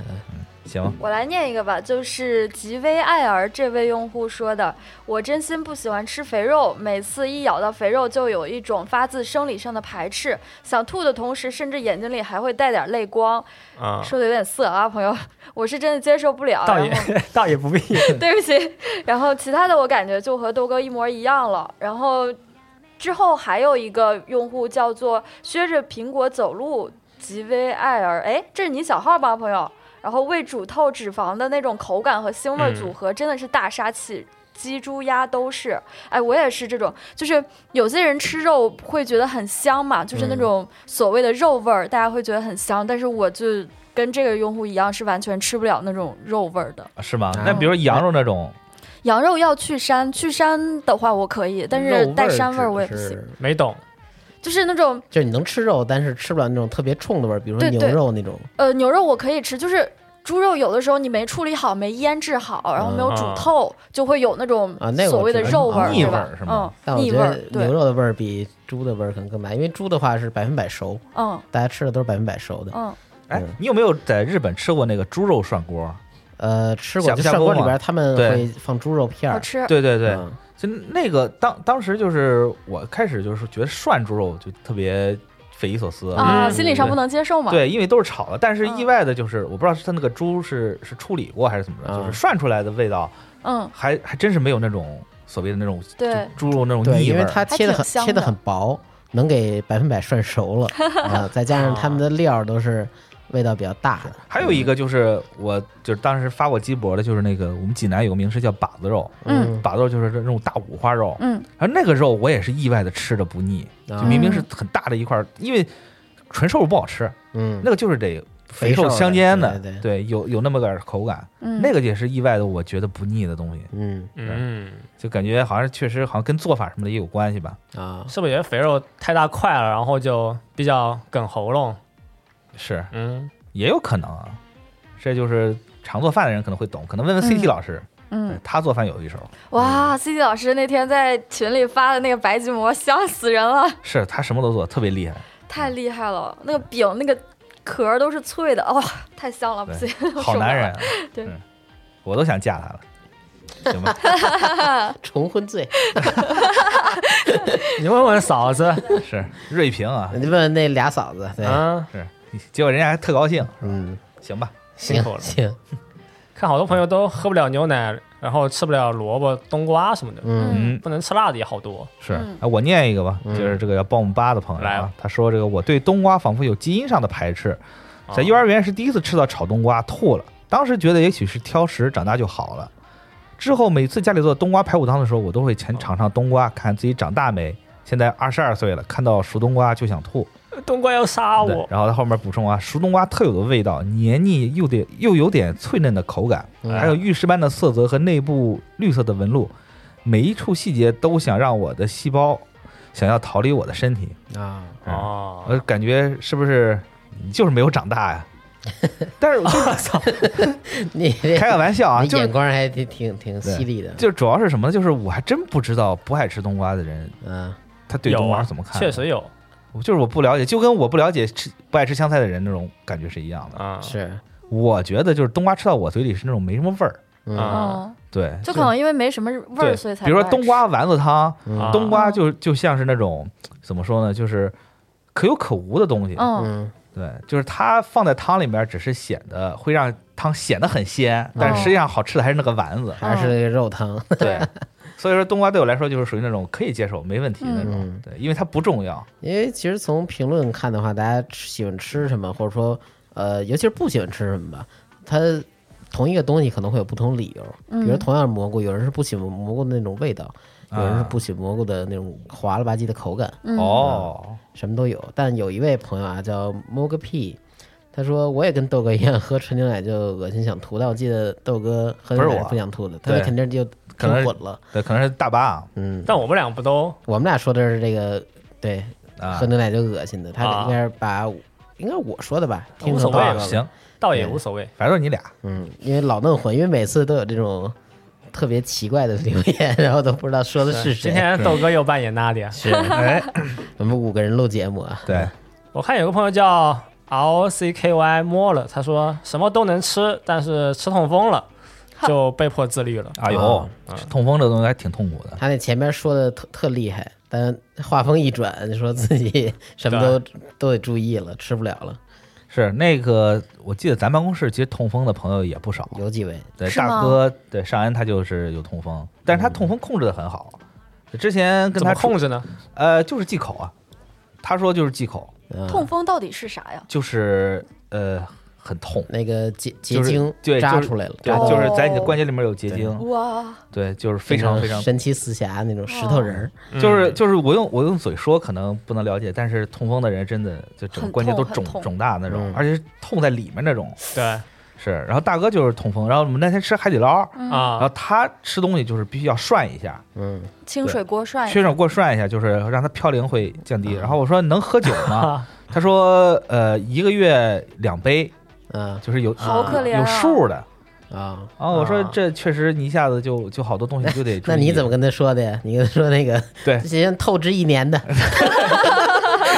行，
我来念一个吧，就是吉薇艾尔这位用户说的：“我真心不喜欢吃肥肉，每次一咬到肥肉就有一种发自生理上的排斥，想吐的同时，甚至眼睛里还会带点泪光。
啊，
说的有点色啊，朋友，我是真的接受不了。
[laughs] 倒
然后
也 [laughs] 倒也不必。
对不起。然后其他的我感觉就和豆哥一模一样了。然后之后还有一个用户叫做削着苹果走路吉薇艾尔，哎，这是你小号吧，朋友？然后为煮透脂肪的那种口感和腥味儿组合，真的是大杀器。鸡、猪、鸭都是，哎，我也是这种，就是有些人吃肉会觉得很香嘛，就是那种所谓的肉味儿，大家会觉得很香，但是我就跟这个用户一样，是完全吃不了那种肉味儿的。
是吗？
啊
那比如羊肉那种，
羊肉要去膻，去膻的话我可
嗯
以，但是带膻味儿我也不
指的
行。
是
没 [laughs] 懂，
就是那种
就是你能吃肉，但是吃不了那种特别冲的味儿，比如说
对
牛
对
肉那种。
呃牛肉我可以吃，就是猪肉有的时候你没处理好、没腌制好，然后没有煮透，就会有那种
啊那我
所谓的
知
肉
道
味儿，
腻
对
味
吧
儿是吗？
但
嗯，
我
腻
觉
味儿
得，牛
对，
肉的味儿比猪的味儿可能更大，因为猪的话是百分百熟，
嗯
大家吃的都是百分百熟的。
嗯，
哎
嗯，
你有没有在日本吃过那个猪肉涮锅？
呃，吃过
下
就
不下
涮锅
锅
里
嘛
边他们
对
会放猪肉片
好
儿。
吃。
对对对，
嗯
就那个当当时就是我开始就是觉得涮猪肉就特别匪夷所思
啊，
嗯
心理上不能接受嘛。
对，因为都是炒的，但是
嗯
意外的就是，我不知道是它那个猪是是处理过还是怎么着，
啊
就是涮出来的味道
嗯，
还还真是没有那种所谓的那种
对
就猪肉那种
对，
腻
因
味
为
儿。
它切得很
还挺香
切得
的
很薄，能给百分百涮熟了
[laughs]
啊、再加上他们
哦
的料儿都是味道比较大的。
还有一个就是，我就是当时发过鸡脖的，就是那个我们济南有个名吃叫把子肉，
嗯
把子肉就是这种大五花肉，
嗯，
然后那个肉我也是意外的吃的不腻，
啊
就明明是很大的一块儿，因为纯瘦肉不好吃，
嗯
那个就是得
肥
肥
瘦
瘦
的
相间的，
对对
有有那么点儿口感，
嗯
那个也是意外的，我觉得不腻的东西，
嗯
嗯，
就感觉好像确实好像跟做法什么的也有关系吧。
啊，
是不是觉得肥肉太大块了，然后就比较梗喉咙？
是，
嗯，
也有可能啊，这就是常做饭的人可能会懂，可能问问
嗯
CT 老师，
嗯
对，他做饭有一手，
嗯
哇，C C 老师那天在群里发的那个白吉馍，香死人了，
是他什么都做，特别厉害，
太厉害了，那个饼那个壳儿都是脆的，哇、太香了，不行，，
[laughs] 好男人、啊
对
嗯，我都想嫁他了，行吧？
重婚罪。
你问问嫂子，
[laughs] 是瑞平啊，
你问问那俩嫂子，对，
嗯，
是， [laughs] 结果人家还特高兴，
嗯，
行吧？
辛
行
苦了。
行，
看好多朋友都喝不了牛奶，然后吃不了萝卜、冬瓜什么的，
嗯
嗯，
不能吃辣的也好多。
是
嗯，
啊，我念一个吧，
嗯
就是这个叫鲍姆巴的朋友
来
啊
吧，
他说这个我对冬瓜仿佛有基因上的排斥，在幼
园
儿园是第一次吃到炒冬瓜，吐了。当时觉得也许是挑食，长大就好了。之后每次家里做冬瓜排骨汤的时候，我都会先尝尝冬瓜，看自己长大没。现在二十二岁了，看到熟冬瓜就想吐。
冬瓜要杀
对
啊我，
然后他后面补充啊，熟冬瓜特有的味道，黏腻又得又有点脆嫩的口感，
嗯
还有玉石般的色泽和内部绿色的纹路，每一处细节都想让我的细胞想要逃离我的身体。
啊， [laughs]
嗯
哦，
我感觉是不是你就是没有长
[laughs]
大呀？但是我
哦
就
你这
开个玩笑啊，
你
就
眼
是
光还挺挺挺犀利的，
就主要是什么呢？就是我还真不知道不爱吃冬瓜的人
嗯
他对
有
冬瓜
啊
是怎么看、
确实，有
我就是我不了解，就跟我不了解吃不爱吃香菜的人那种感觉是一样的。
啊，
是，
我觉得就是冬瓜吃到我嘴里是那种没什么味儿，
嗯
啊
嗯，
对，
就可能因为没什么味
对
儿，所以才
比如
不
说
爱
冬
吃
瓜丸子汤，
啊
嗯
冬瓜就就像是那种怎么说呢，就是可有可无的东西。
嗯
嗯
对，就是它放在汤里面，只是显得会让汤显得很鲜，但
哦
实际上好吃的还是那个丸子。
还是那个肉汤，
对，
嗯
所以说冬瓜对我来说就是属于那种可以接受、没问题那种。
嗯
对，因为它不重要。
[laughs] 因为其实从评论看的话，大家吃喜欢吃什么，或者说呃，尤其是不喜欢吃什么吧，它同一个东西可能会有不同理由。比如同样是蘑菇，有人是不喜欢蘑菇的那种味道，有人
啊
是不喜欢蘑菇的那种滑了吧唧的口感，
嗯
哦，
什么都有。但有一位朋友啊，叫 m o g p 他说我也跟豆哥一样，喝纯牛奶就恶心想吐，但我记得豆哥喝牛
不
奶
是我
不想吐的，他那
对
肯定就
可能
听
是
混了。
对，可能是大巴啊
嗯，
但我们俩不都
我们俩说的是这个，对，
啊
喝。牛奶就恶心的，他
啊
应该是把，应该我说的吧，听
无
成
所谓
爸
啊
爸了
行，
倒也无所谓。
反正就是你俩，
嗯，因为老弄混，因为每次都有这种特别奇怪的留言， [laughs] 然后都不知道说的是谁。
今天豆哥又扮演 Nadia，
是
[laughs] 哎，
我们五个人录节目啊，
对，
我看有个朋友叫 R O C K Y 摸了，他说什么都能吃，但是吃痛风了，就被迫自律了。
哎呦，
啊
痛风这东西还挺痛苦的。
他那前面说的特特厉害，但话锋一转，说自
[laughs]
己什么都都得注意了，吃不了了。
是那个，我记得咱办公室其实痛风的朋友也不少。
有几位，
对，
是
大
吗
哥，对上恩他就是有痛风，但是他痛风控制的很好。之前跟
怎
他
么
出
控制呢？
呃，就是忌口啊。他说就是忌口，
嗯、
痛风到底是啥呀？
就是呃很痛，
那个结结
就是
晶
对
扎
就是
出来了，
对
扎，
哦
出
就
来
是
了
在你的关节里面有结
对
晶，
哇，
对，就是非常非
变成
常，
神奇四侠那种石头人儿，
嗯
就是
嗯
就是我用我用嘴说可能不能了解，但是痛风的人真的就整个
很
关节都
痛很
肿
痛
肿大那种
嗯，
而且是痛在里面那种。
对
是，然后大哥就是痛风，然后我们那天吃海底捞，
嗯
然后
啊，
他吃东西就是必须要涮一下，
嗯，
清水锅涮一
缺
下，
少过涮一下，就是让它嘌呤会降
啊
低。然后我说能喝酒吗？
[laughs]
他说呃一个月两杯，
啊
就是有
好可怜啊
有数的。
啊，
然后我说
啊
这确实你一下子就就好多东西就得注
那你
意
怎么跟他说的呀？你跟他说那
[laughs]
个
对
先透支一年的，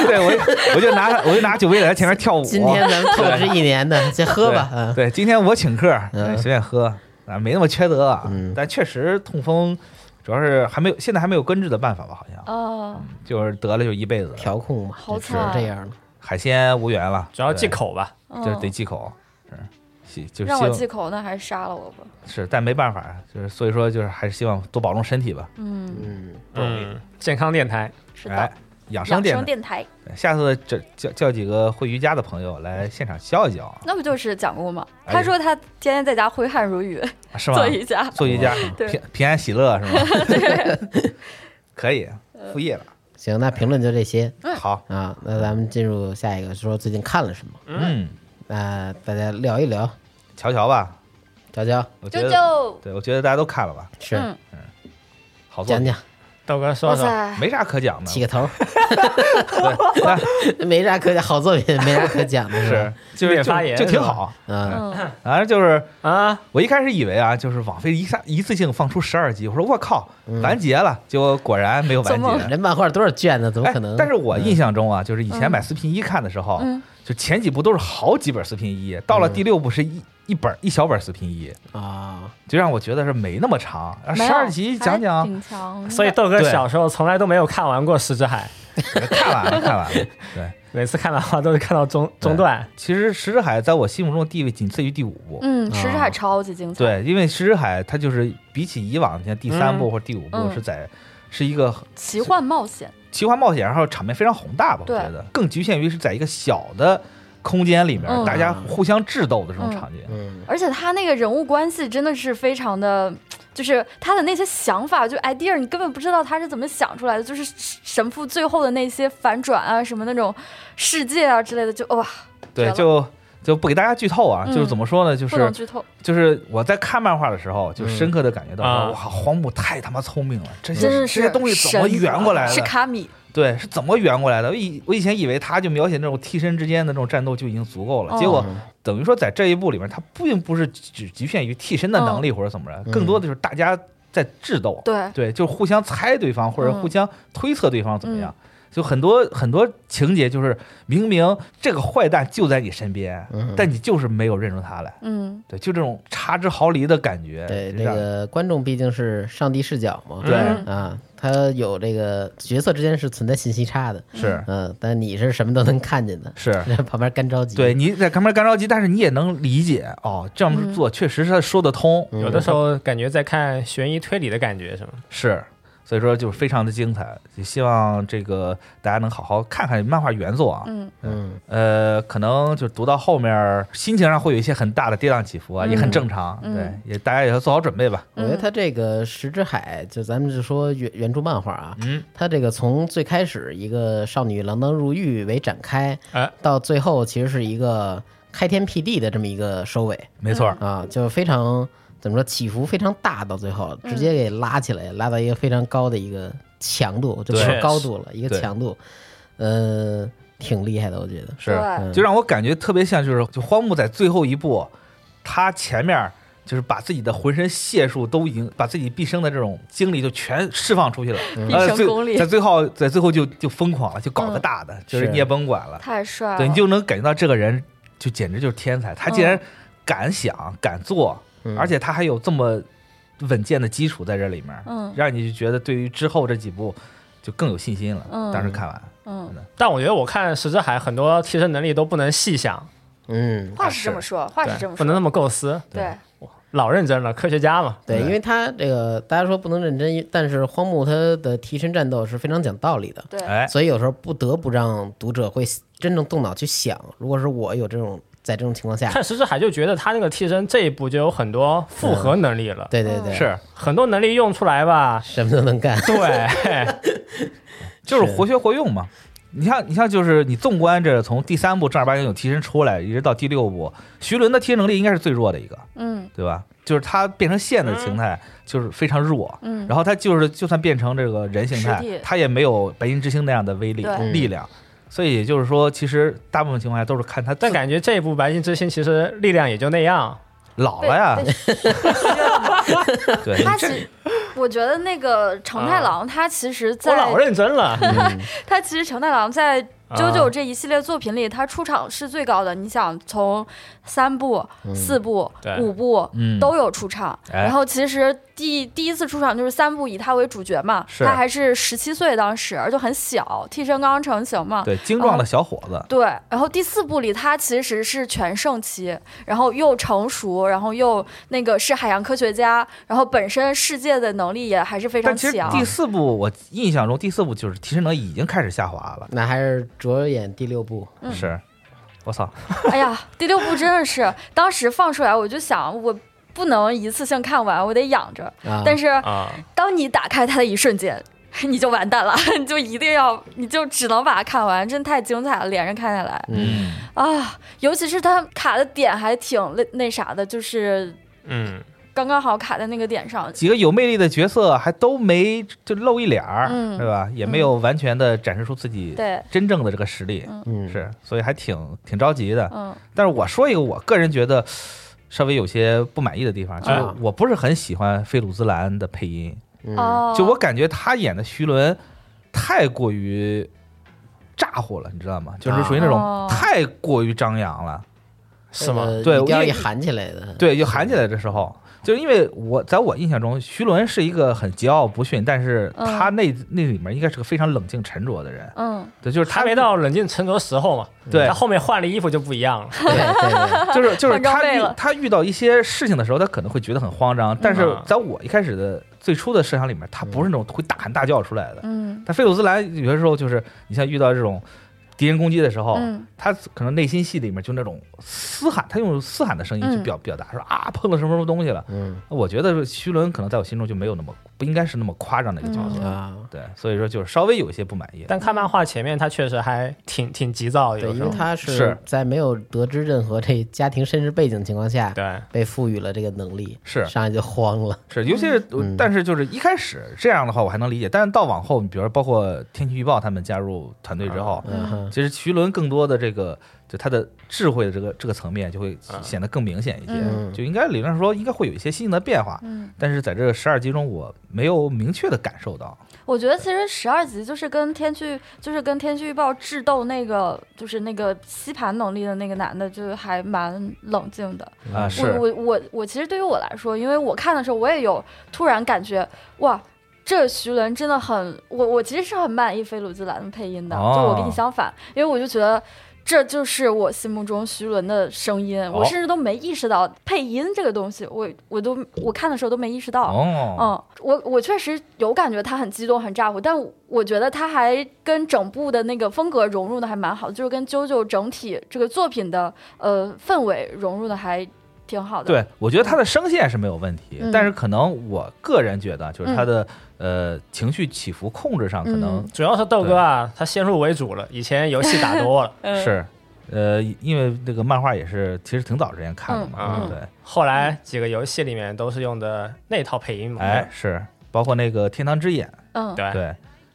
对我就我就拿我就拿酒杯在他前面跳舞。
今天咱们透支一年的，先喝吧，
对
啊，
对，今天我请客，
嗯
随便喝啊，没那么缺德啊
嗯。
但确实痛风主要是还没有现在还没有根治的办法吧，好像
啊，
就是得了就一辈子了。
调控嘛，
好
就只能
惨
这样了。
海鲜无缘了，
主要
对
忌，口吧。
就是
嗯
得忌口，是，希就是
让
希
我
望
忌口，那还是杀了我吧。
是，但没办法，就是所以说就是还是希望多保重身体吧。
嗯，
嗯，
嗯，健康电台，
是
哎
的，，
养生
养
电
生
台，
电台，
对下次这叫叫几个会瑜伽的朋友来现场教一教，
那不就是讲过吗？
哎呀
他说他天天在家挥汗如雨，
啊是吗
做？瑜伽，
做瑜伽，
对
平平安喜乐
[laughs]
是吗？可以，
呃
副业了。
行，那评论就这些
嗯
好，
啊，那咱们进入下一个，说最近看了什么？
嗯，
那大家聊一聊，
瞧瞧吧，
娇娇
我觉
啾
得，
啾，
对我觉得大家都看了吧，
是
嗯，
好作
讲
品，
讲
豆哥说
哇
说，
塞，
没啥可讲的
起，个
[laughs]
头， [laughs] 没啥可讲，好作品没啥可讲的
是
吧？
[laughs] 就是
免
就
发言
就是挺
吧
好，
嗯，
嗯，
反正就是
啊，
我一开始以为啊，就是网飞一下一次性放出十二集，我说我靠，
嗯
完结了，结果果然没有完
做梦
结。
哎人漫画多少卷呢？怎么
哎
可能？，嗯
但是我印象中啊，就是以前买四拼一看的时候，
嗯
就前几部都是好几本四拼一，到了第六部是一一本一小本四拼一，
啊，
就让我觉得是没那么长。啊十
没有
二集讲
还
讲，
挺
嗯
强的，
所以豆哥
对
小时候从来都没有看完过《十之海》，
[laughs] 看完了，看完了。对，
每次看漫画都是看到中中段。
其实《石之海》在我心目中的地位仅次于第五部。
嗯，石之
啊
海超级精彩，
对，因为《石之海》它就是比起以往像第三部或者第五部
嗯
是在、是一个
奇幻冒险，
奇幻冒险，然后场面非常宏大吧，我
对
觉得更局限于是在一个小的空间里面，
嗯
大家互相智斗的这种场景。
嗯，
而且他那个人物关系真的是非常的，就是他的那些想法，就 idea，你根本不知道他是怎么想出来的，就是神父最后的那些反转啊，什么那种世界啊之类的，就哇，
对，
绝了
就就不给大家剧透啊，
嗯
就是怎么说呢，就
不能
是
剧透，
就是我在看漫画的时候，就深刻的感觉到，
啊
哇，荒木太他妈聪明了，这些
真
这
的是
些东西怎么
神
圆过来
是
的？
卡米，
对，是怎么圆过来的？我以我以前以为他就描写那种替身之间的那种战斗就已经足够了，
哦
结果等于说在这一部里面，他并不是只局限于替身
嗯
的能力或者怎么着，更多的就是大家在智斗。
对，
对，就是互相猜对方或者
嗯
互相推测对方怎么
嗯
样。就很多很多情节，就是明明这个坏蛋就在你身边，
嗯
但你就是没有认出他来。
嗯，
对，就这种差之毫厘的感觉。
对，这
让
个观众毕竟是上帝视角嘛，
对
嗯
啊，他有这个角色之间是存在信息差的，
是
嗯，但你是什么都能看见的，
是，
[laughs] 旁边干着急，
对，你在干嘛干着急，但是你也能理解哦，这样
嗯
做确实是说得通，
嗯
有的时候感觉在看悬疑推理的感觉，是吗？
是。所以说就是非常的精彩，也希望这个大家能好好看看漫画原作啊。
嗯，
嗯，
呃，可能就读到后面儿，心情上会有一些很大的跌宕起伏啊，也很正常。
嗯
对，也大家也要做好准备吧。
我
哎
觉得他这个《石之海》，就咱们就说原原著漫画啊，
嗯，
他这个从最开始一个少女锒铛入狱为展开，
哎
到最后其实是一个开天辟地的这么一个收尾，
没错儿，
啊，就是非常怎么说起伏非常大，到最后直接给拉起来，拉到一个非常高的一个强度，就不
对
是高度了，一个
对
强度。呃，挺厉害的，我觉得。
是，
对
嗯
就让我感觉特别像，就是就荒木在最后一步，他前面就是把自己的浑身解数都已经把自己毕生的这种精力就全释放出去了，
[laughs]
嗯
毕
呃，
生功
最
力
在最后在最后就就疯狂了，就搞个
嗯
大的，就是
是
你也甭管了，
太帅了，
对，你就能感觉到这个人就简直就是天才，他竟然敢想敢做，
嗯
而且他还有这么稳健的基础在这里面，
嗯
让你就觉得对于之后这几部就更有信心了。
嗯
当时看完，
嗯，
但我觉得我看石之海很多提升能力都不能细想，
嗯，
话是这么说，话是这
对，
么
不能那
说，
么构思，
对，
老认真了，科学家嘛。
对，
对
因为他这个大家说不能认真，但是荒木他的提身战斗是非常讲道理的，
对，
哎，
所以有时候不得不让读者会真正动脑去想。如果是我有这种在这种情况下，
看石之海就觉得他那个替身这一步就有很多复合能力了，
对对对，。
嗯是
很多能力用出来吧
什么都能干。
对， [laughs]
就是
是
活学活用嘛。你像，你像，就是你纵观这从第三部正儿八经有替身出来，一直到第六部，徐伦的替身能力应该是最弱的一个，
嗯
对吧？就是他变成线的形态就是非常弱，
嗯
然后他就是就算变成这个人形态
实体，
他也没有白银之星那样的威力
对
力量。所以也就是说，其实大部分情况下都是看他自
但感觉这一部白金之星其实力量也就那样，
老
被
了呀，
被 [laughs]
对，
他其，我觉得那个承太郎，他其实
我
在，
老认
[laughs]
真了。
他其实承太郎在。
啊
JoJo 这一系列作品里，他出场是最高的。你想，从三部、四部
对、
五部
嗯
都有出场。
哎
然后其实第第一次出场就是三部以他为主角嘛，
是
他还是十七岁，当时就很小，替身刚刚成型嘛。
对精
哦
壮的小伙子，
对，然后第四部里他其实是全盛期，然后又成熟，然后又那个是海洋科学家，然后本身世界的能力也还是非常
但其实
强。
第四部我印象中第四部就是提升能力已经开始下滑了，
那还是着眼第六部，
嗯
是，我操，
[laughs] 哎呀，第六部真的是当时放出来，我就想我不能一次性看完，我得养着。
啊，
但是
啊，
当你打开它的一瞬间， [laughs] 你就完蛋了， [laughs] 你就一定要，你就只能把它看完，真太精彩了，连着看下来
嗯，
啊！尤其是它卡的点还挺那那啥的，就是
嗯，
刚刚好卡在那个点上。
几个有魅力的角色还都没就露一脸儿，
嗯
对吧？也没有完全的展示出自己
对，
真正的这个实力，
嗯，
是，所以还挺挺着急的。
嗯
但是我说一个我个人觉得稍微有些不满意的地方，就是
啊
我不是很喜欢菲鲁兹莱恩的配音，
嗯
哦，
就我感觉他演的徐伦太过于咋呼了，你知道
啊
吗？就是属于那种
哦
太过于张扬了。
是吗？
呃
对
语调
因为
一喊起来的，
对，就喊起来的时候，就是因为我在我印象中，徐伦是一个很桀骜不驯，但是他那、那里面应该是个非常冷静沉着的人。
嗯
对，就是他
还 [laughs] 没到冷静沉着时候嘛。
对
他后面换了衣服就不一样了。
对对
就
[laughs]
是就是
换装
他
备
遇
了
他遇到一些事情的时候，他可能会觉得很慌张，但是
啊
在我一开始的最初的设想里面，他不是那种会大喊大叫出来的。
嗯
但费鲁兹兰有些时候就是，你像遇到这种敌人攻击的时候，
嗯
他可能内心戏里面就那种嘶喊，他用嘶喊的声音去
嗯
表、表达说啊碰了什么什么东西了。
嗯
[laughs] 我觉得徐伦可能在我心中就没有那么不应该是那么夸张的一个角色，
嗯
对啊，
对，所以说就是稍微有一些不满意。
但看漫画前面他确实还挺挺急躁，
对，
有
因
时
为
候。
他
是
是在没有得知任何这家庭身世背景情况下，
对，
被赋予了这个能力，
是
上来就慌了，
是，尤其是、
嗯
但是就是一开始这样的话我还能理解，但是到往后，你比如说包括天气预报他们加入团队之后，
嗯哼，
其实徐伦更多的这个就他的智慧的这个这个层面就会
嗯
显得更明显一些，
嗯
就应该理论上说应该会有一些新的变化，
嗯，
但是在这十二集中我没有明确的感受到，
我觉得其实十二集就是跟天气，就是跟天气预报智斗那个，就是那个吸盘能力的那个男的，就还蛮冷静的。
嗯
啊是
我我我我其实对于我来说，因为我看的时候，我也有突然感觉，哇，这徐伦真的很，我我其实是很满意菲鲁兹兰的配音的，
哦
就我跟你相反，因为我就觉得。这就是我心目中徐伦的声音，
哦
我甚至都没意识到配音这个东西，我我都我看的时候都没意识到。
哦，
嗯，我我确实有感觉他很激动、很咋呼，但我觉得他还跟整部的那个风格融入的还蛮好的，就是跟 JoJo 整体这个作品的呃氛围融入的还挺好的。，
对，我觉得他的声线是没有问题，
嗯
但是可能我个人觉得就是他的、呃情绪起伏控制上可能
嗯
主要是豆哥啊，他先入为主了，以前游戏打多
[laughs]
了，
嗯、
是，呃，因为这个漫画也是其实挺早之前看的嘛，
嗯嗯
对，
后来几个游戏里面都是用的那套配音模
哎
式。
是，包括那个《天堂之眼
嗯，》，
对，
对，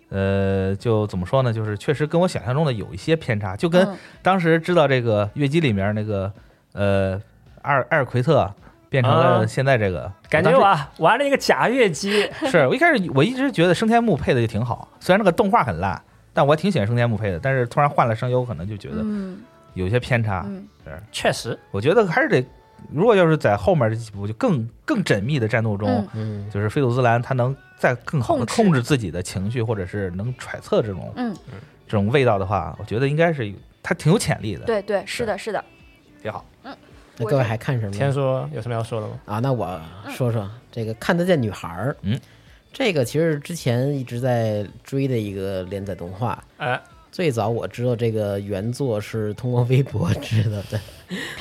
呃，就怎么说呢？就是确实跟我想象中的有一些偏差，就跟
嗯
当时知道这个月姬里面那个呃阿尔埃尔奎特变成
啊
了现在这个，
感
我
觉
当时
我啊玩了一个假月姬，
[laughs]
是我一开始我一直觉得升天木配的就挺好，虽然那个动画很烂，但我还挺喜欢升天木配的。但是突然换了声优，可能就觉得啊
嗯
有些偏差。
嗯
确实
我觉得还是得，如果要是在后面这几部就更更缜密的战斗中，
嗯
嗯，
就是菲鲁兹兰他能再更好
控
的
制
控制自己的情绪，或者是能揣测这种
嗯，
这种味道的话，我觉得应该是有他挺有潜力的，
对对，是的，是的，
挺好。
那
我
各位
是
还看
嗯
什么？
天说有什么要说的吗？
啊，那我说说这个看得见女孩儿，
嗯，
这个其实之前一直在追的一个连载动画。
哎，
最早我知道这个原作是通过微博知道的，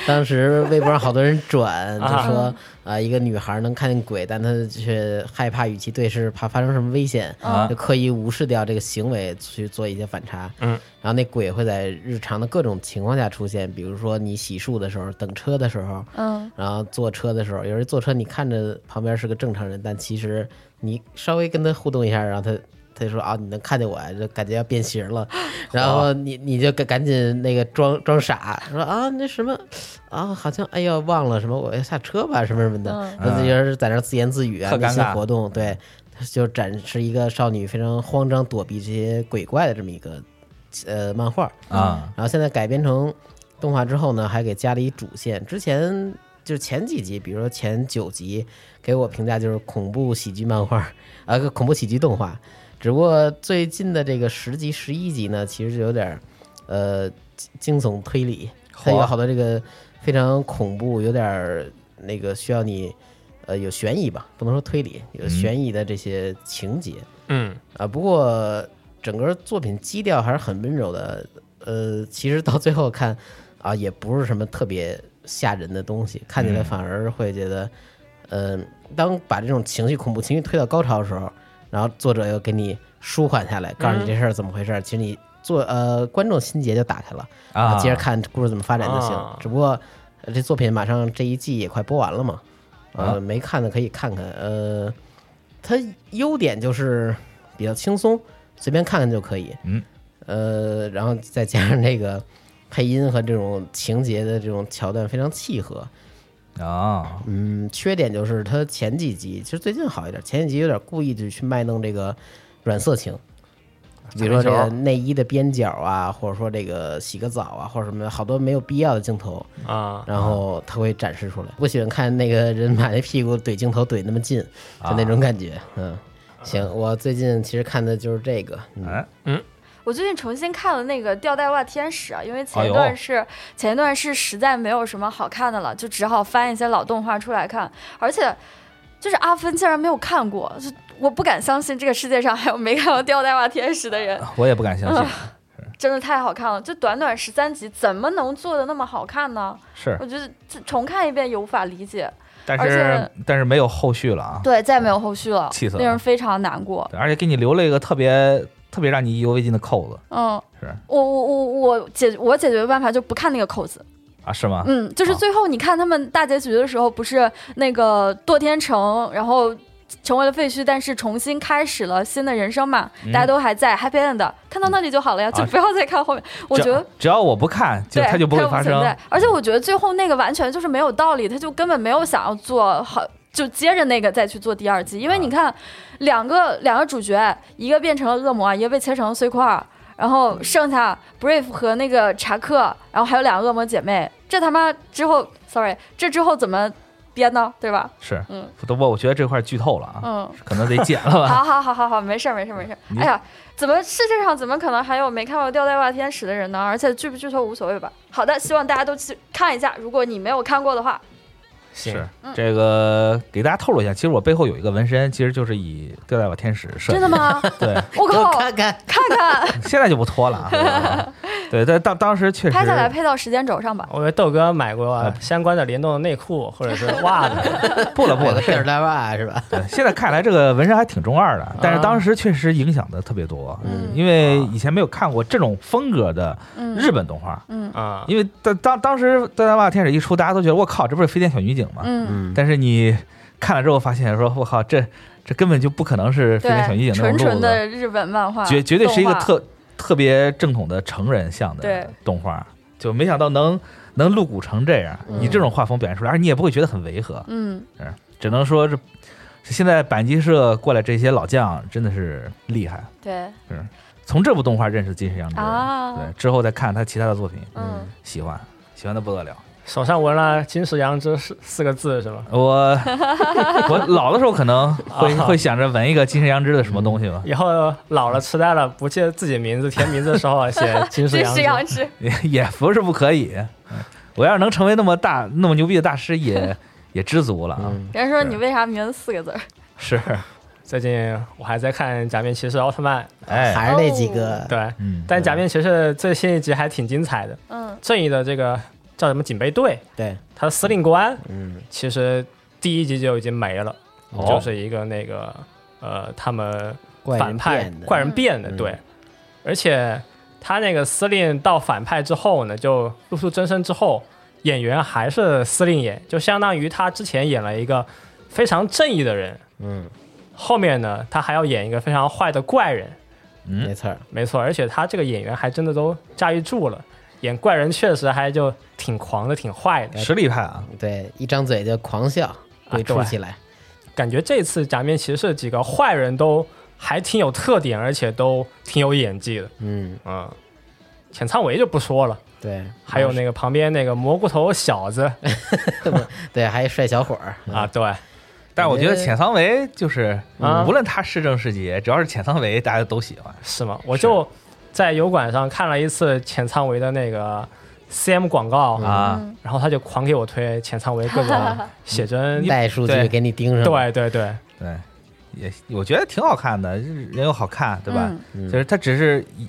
当时微博上好多人转，就说啊、一个女孩能看见鬼，但她却害怕与其对视，怕发生什么危险，
啊
就刻意无视掉这个行为去做一些反差。
嗯，
然后那鬼会在日常的各种情况下出现，比如说你洗漱的时候、等车的时候，
嗯
然后坐车的时候，有人坐车，你看着旁边是个正常人，但其实你稍微跟他互动一下，然后他他就说啊，你能看见我呀，就感觉要变形了，然后你你就赶赶紧那个装装傻，说啊那什么啊，好像哎呀忘了什么，我要下车吧，什么什么的，
嗯
那有人在那自言自语啊，
特
那
尴
些
尬嗯
活动，对，就展示一个少女非常慌张躲避这些鬼怪的这么一个呃漫画，
嗯
啊，
然后现在改编成动画之后呢，还给加了一主线。之前就是前几集，比如说前九集，给我评价就是恐怖喜剧漫画， [laughs] 啊，恐怖喜剧动画。只不过最近的这个十集、十一集呢，其实就有点儿，呃，惊惊悚推理，它有
好
好多这个非常恐怖，有点儿那个需要你，呃，有悬疑吧，不能说推理，有悬疑的这些情节。
嗯，
啊，不过整个作品基调还是很温柔的。呃，其实到最后看啊，也不是什么特别吓人的东西，看起来反而会觉得，嗯、当把这种情绪、恐怖情绪推到高潮的时候，然后作者又给你舒缓下来，告诉你这事儿怎么回事儿，其实你做呃观众心结就打开了，然嗯
啊，
后接着看故事怎么发展就行。
啊
只不过、呃这作品马上这一季也快播完了嘛，
啊
呃，没看的可以看看。呃，它优点就是比较轻松，随便看看就可以。
嗯，
呃，然后再加上这个配音和这种情节的这种桥段非常契合。
啊，
嗯，缺点就是它前几集其实最近好一点，前几集有点故意的去卖弄这个软色情，比如说这
擦
个
边球
内衣的边角啊，或者说这个洗个澡啊，或者什么好多没有必要的镜头，
啊，
然后它会展示出来。不喜欢看那个人把那屁股怼镜头怼那么近，就那种感觉。嗯，行，我最近其实看的就是这个。嗯
哎，
我最近重新看了那个《吊带袜天使》啊，因为前
哎
一
呦
段是、前一段是实在没有什么好看的了，就只好翻一些老动画出来看，而且就是阿芬竟然没有看过，就我不敢相信这个世界上还有没看过《吊带袜天使》的人，
我也不敢相信，
嗯真的太好看了！就短短十三集，怎么能做的那么好看呢？
是，啊
我觉得这重看一遍也无法理解。
但
而
是
且
但是没有后续了啊，
对，再没有后续了，
气死了
令人非常难过。
对而且给你留了一个特别特别让你意犹未尽的扣子，
嗯，
是
我我我我解我解决办法就不看那个扣子。
啊，是吗？
嗯，就是最后你看他们大结局的时候，不是那个堕天成，然后成为了废墟，但是重新开始了新的人生嘛，
嗯
大家都还在 happy end，的看到那里就好了呀，就不要再看后面。我
只
觉得
只要我不看，就
对，
它就不会
它
发
存
生
在。而且我觉得最后那个完全就是没有道理，他就根本没有想要做好，就接着那个再去做第二季。因
啊
为你看，两个两个主角，一个变成了恶魔，一个被切成了碎块儿，然
嗯
后剩下 Brave 和那个查克，然后还有两个恶魔姐妹，这他妈之后，sorry，这之后怎么编呢？对吧？
是，
嗯
不过我觉得这块剧透了啊，
嗯。
可能得剪了吧。嗯
好好好好好，没事儿没事儿没事儿。
你
哎呀，怎么世界上怎么可能还有没看过《吊带袜天使》的人呢？而且剧不剧透无所谓吧。好的，希望大家都去看一下。如果你没有看过的话，
行，
是
嗯
这个给大家透露一下，其实我背后有一个纹身，其实就是以吊带袜天使设计
真的
[laughs]
吗？
对，
我
给我
靠，
看看，
看看， [laughs]
现在就不脱了啊。对，但当当时确实
拍下来配到时间轴上吧。
我为豆哥买过
啊
相关的联动的内裤或者
[laughs]
是袜子，
不了不
我
了
的
现
吊
在
带袜是吧？
对现在看来这个纹身还挺中二的，但是当时确实影响的特别多，
嗯
因为以前没有看过这种风格的
嗯
日本动画，
嗯
啊，
因为当当当时《吊带袜天使》一出，大家都觉得我靠，这不是飞天小女警吗？
嗯
嗯，
但是你看了之后发现说，我靠，这这根本就不可能是飞天小女
对，
警那
纯
种
纯
路子，
的日本漫画，
绝绝对是一个
动画
特特别正统的成人向
对
的动画，就没想到能能露骨成这样，以这种画风表现出来，而你也不会觉得很违和，
嗯，
只能说是现在板机社过来这些老将真的是厉害，
对
从这部动画认识金石阳之，
啊，
对，之后再看他其他的作品，
嗯，
喜欢喜欢的不得了。
手上纹了“金石阳之”四四个字是吧？
[laughs] 我我老的时候可能会
啊
会想着纹一个金石阳之的什么东西吧，
以后老了痴呆了，不记得自己名字填名字的时候啊写“金石
这
阳
是
之
杨
[laughs]
志，
也也不是不可以。嗯我要是能成为那么大那么牛逼的大师也，也知足了啊。
嗯
别人说
是
你为啥名字四个字儿？
是，”。
最近我还在看《假面骑士奥特曼
哎，
还是那几个，》，
对，
嗯，
但《假面骑士》最新一集还挺精彩的。
嗯，
正义的这个叫什么警备队，
对，
他的司令官
嗯，
其实第一集就已经没了，
哦
就是一个那个呃，他们
怪
反
人
派
变的，
怪人变的，
嗯
对。而且他那个司令到反派之后呢，就露出真身之后，演员还是司令演，就相当于他之前演了一个非常正义的人，
嗯，
后面呢他还要演一个非常坏的怪人，
嗯
没错儿，
没错。而且他这个演员还真的都驾驭住了，演怪人确实还就挺狂的，挺坏的。
实力派啊，
对，一张嘴就狂笑，
啊
鬼畜
对
起来，
感觉这次假面骑士几个坏人都还挺有特点，而且都挺有演技的。
嗯，
嗯，浅仓唯就不说了。
对，啊
还有那个旁边那个蘑菇头小子
对，还有帅小伙儿
啊，，对，
但我觉得浅仓唯就是，
啊
无论他是正是邪，只要是浅仓唯，大家都喜欢。
是吗？我就在油管上看了一次浅仓唯的那个 CM 广告
啊
嗯
然后他就狂给我推浅仓唯各种写真，
带数据
对
给你盯上，，
对对对，
对，也我觉得挺好看的，人又好看，对吧？
嗯
就是他只是以，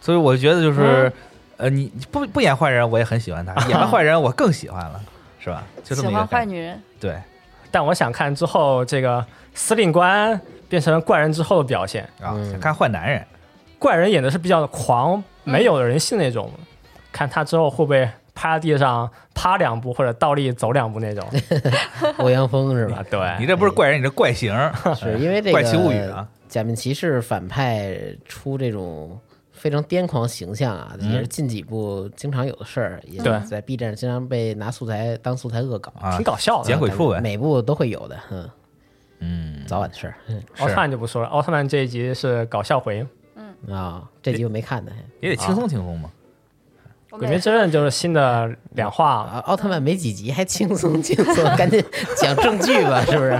所以我觉得
嗯
就是，呃，你不不演坏人，我也很喜
[laughs]
欢他；演了坏人，我更喜欢了，是吧？就这
喜
么一个
欢坏
感觉。
女人，
对
但我想看之后这个司令官变成怪人之后的表现，
啊，
嗯
想看坏男人，
怪人演的是比较狂，没有人性那种，看他之后会不会趴在地上趴两步或者倒立走两步 [laughs] 那种
欧阳锋是吧
啊？，对，
你这不是怪人，你这怪形。
啊
[laughs] 是因为这个
怪奇物语啊，
假面骑士反派出这种非常癫狂形象啊，也是近几部经常有的事儿，也
嗯对
在 B 站经常被拿素材当素材恶搞，
啊
挺，搞笑的
剪。鬼畜呗
每部都会有的，嗯，
嗯，
早晚的事儿嗯
奥特曼就不说了，奥特曼这一集是搞笑回，
啊、这集我没看呢，
也得轻松轻松嘛。
我
《鬼
每
灭之刃》就是新的两话，
啊，奥特
嗯
曼没几集，还轻松 [laughs] 轻松，赶紧讲正剧
[laughs]
吧，是不是？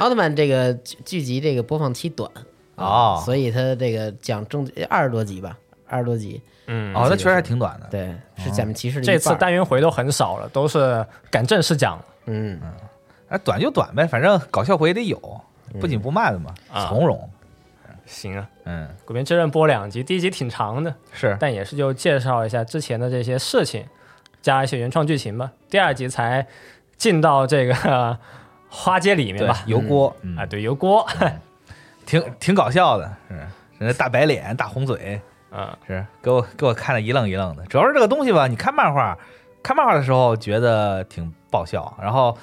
奥特曼这个剧剧集这个播放期短
哦
所以它这个讲正二十多集吧，二十多集，
嗯，
哦，那确实还挺短的。
对，是
哦
假面骑士的
这
一
次
半儿
单元回都很少了，都是赶正式讲。
嗯，
哎，短就短呗，反正搞笑回也得有，不紧不慢的嘛，
啊
从容。
行啊，
嗯，
《鬼灭之刃》播两集，第一集挺长的，
是
但也是就介绍一下之前的这些事情，加一些原创剧情吧。第二集才进到这个 [laughs] 花街里面
对
吧，
油锅嗯
啊，对，油锅，
[laughs] 挺挺搞笑的，是人家大白脸、大红嘴，
嗯，
是给我给我看的一愣一愣的。主要是这个东西吧，你看漫画，看漫画的时候觉得挺爆笑，然后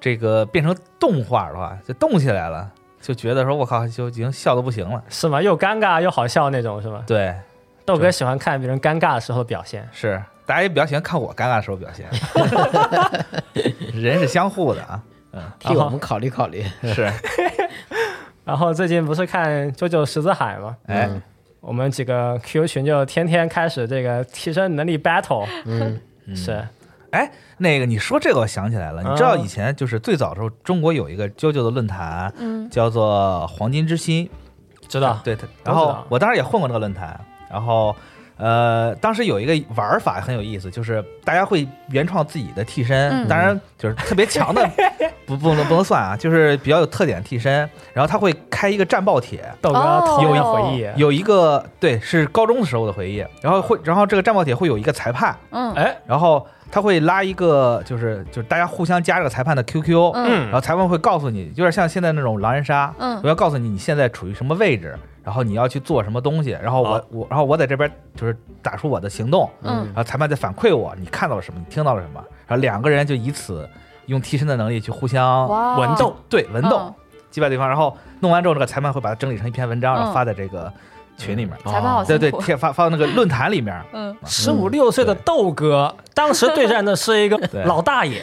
这个变成动画的话，就动起来了，就觉得说我靠，就已经笑的不行了。
是吗？又尴尬又好笑那种，是吗？
对，
豆哥喜欢看别人尴尬的时候的表现，
是大家也比较喜欢看我尴尬的时候表现， [laughs] 人是相互的啊，
替我们考虑考虑，
是，
然后最近不是看《九九十字海》吗？
哎，
我们几个 Q 群就天天开始这个提升能力 battle，
嗯
是
哎，那个你说这个我想起来了，你知道
啊
以前就是最早的时候，中国有一个 JoJo 的论坛，
嗯
叫做黄金之心，
知道
对它。
道
然后我当时也混过那个论坛，然后呃，当时有一个玩法很有意思，就是大家会原创自己的替身，
嗯
当然就是特别
[laughs]
强的不不能不能算啊，就是比较有特点的替身，然后他会开一个战报帖，
豆哥
哦
童年回忆，
有一个对是高中的时候的回忆，然后会然后这个战报帖会有一个裁判。
嗯
哎，
然后他会拉一个，就是就是大家互相加这个裁判的 QQ，、
嗯
然后裁判会告诉你，有点像现在那种狼人杀，
嗯
我要告诉你你现在处于什么位置，然后你要去做什么东西，然后我、
好
我然后我在这边就是打出我的行动，
嗯
然后裁判再反馈我，你看到了什么，你听到了什么，然后两个人就以此用替身的能力去互相
哇
文斗，
嗯
对文斗，击败对方，然后弄完之后，这个裁判会把它整理成一篇文章，然后
嗯
发在这个群里面。
裁判好
哦对
辛
对，
苦。
贴发发到那个论坛里面，
嗯，
十五六岁的豆哥，当时对战的是一个
对
老大爷，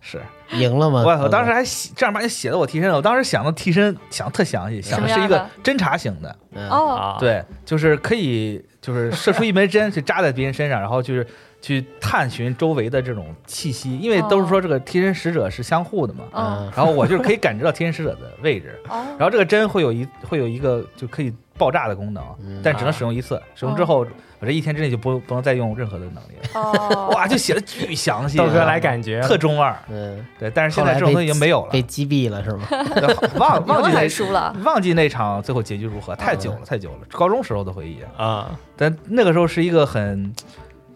是
赢了吗？
我我当时还写正儿八经写的我替身了，我当时想的替身想得特详细，想的是一
什么
个
样
侦查型的，
嗯
哦，
啊，
对，就是可以就是射出一枚针去扎在别人身上，然后就是去探寻周围的这种气息，因为都是说这个替身使者是相互的嘛，
嗯，
然后我就是可以感知到替身使者的位置，
哦，
然后这个针会有一会有一个就可以爆炸的功能，
嗯
但只
啊
能使用一次，使用之后我这一天之内就不不能再用任何的能力
[laughs]
了。
哦，
哇，就写的巨详细，啊
豆哥来感觉
特中二，
嗯，
对，但是现
后
在
来
这种
被
东西已经没有了，
被击毙了是
[laughs]
吗？
对忘忘
忘
记
了还
那
输了，
忘记那场最后结局如何，太久了，太久了，高中时候的回忆啊。
啊，
但那个时候是一个很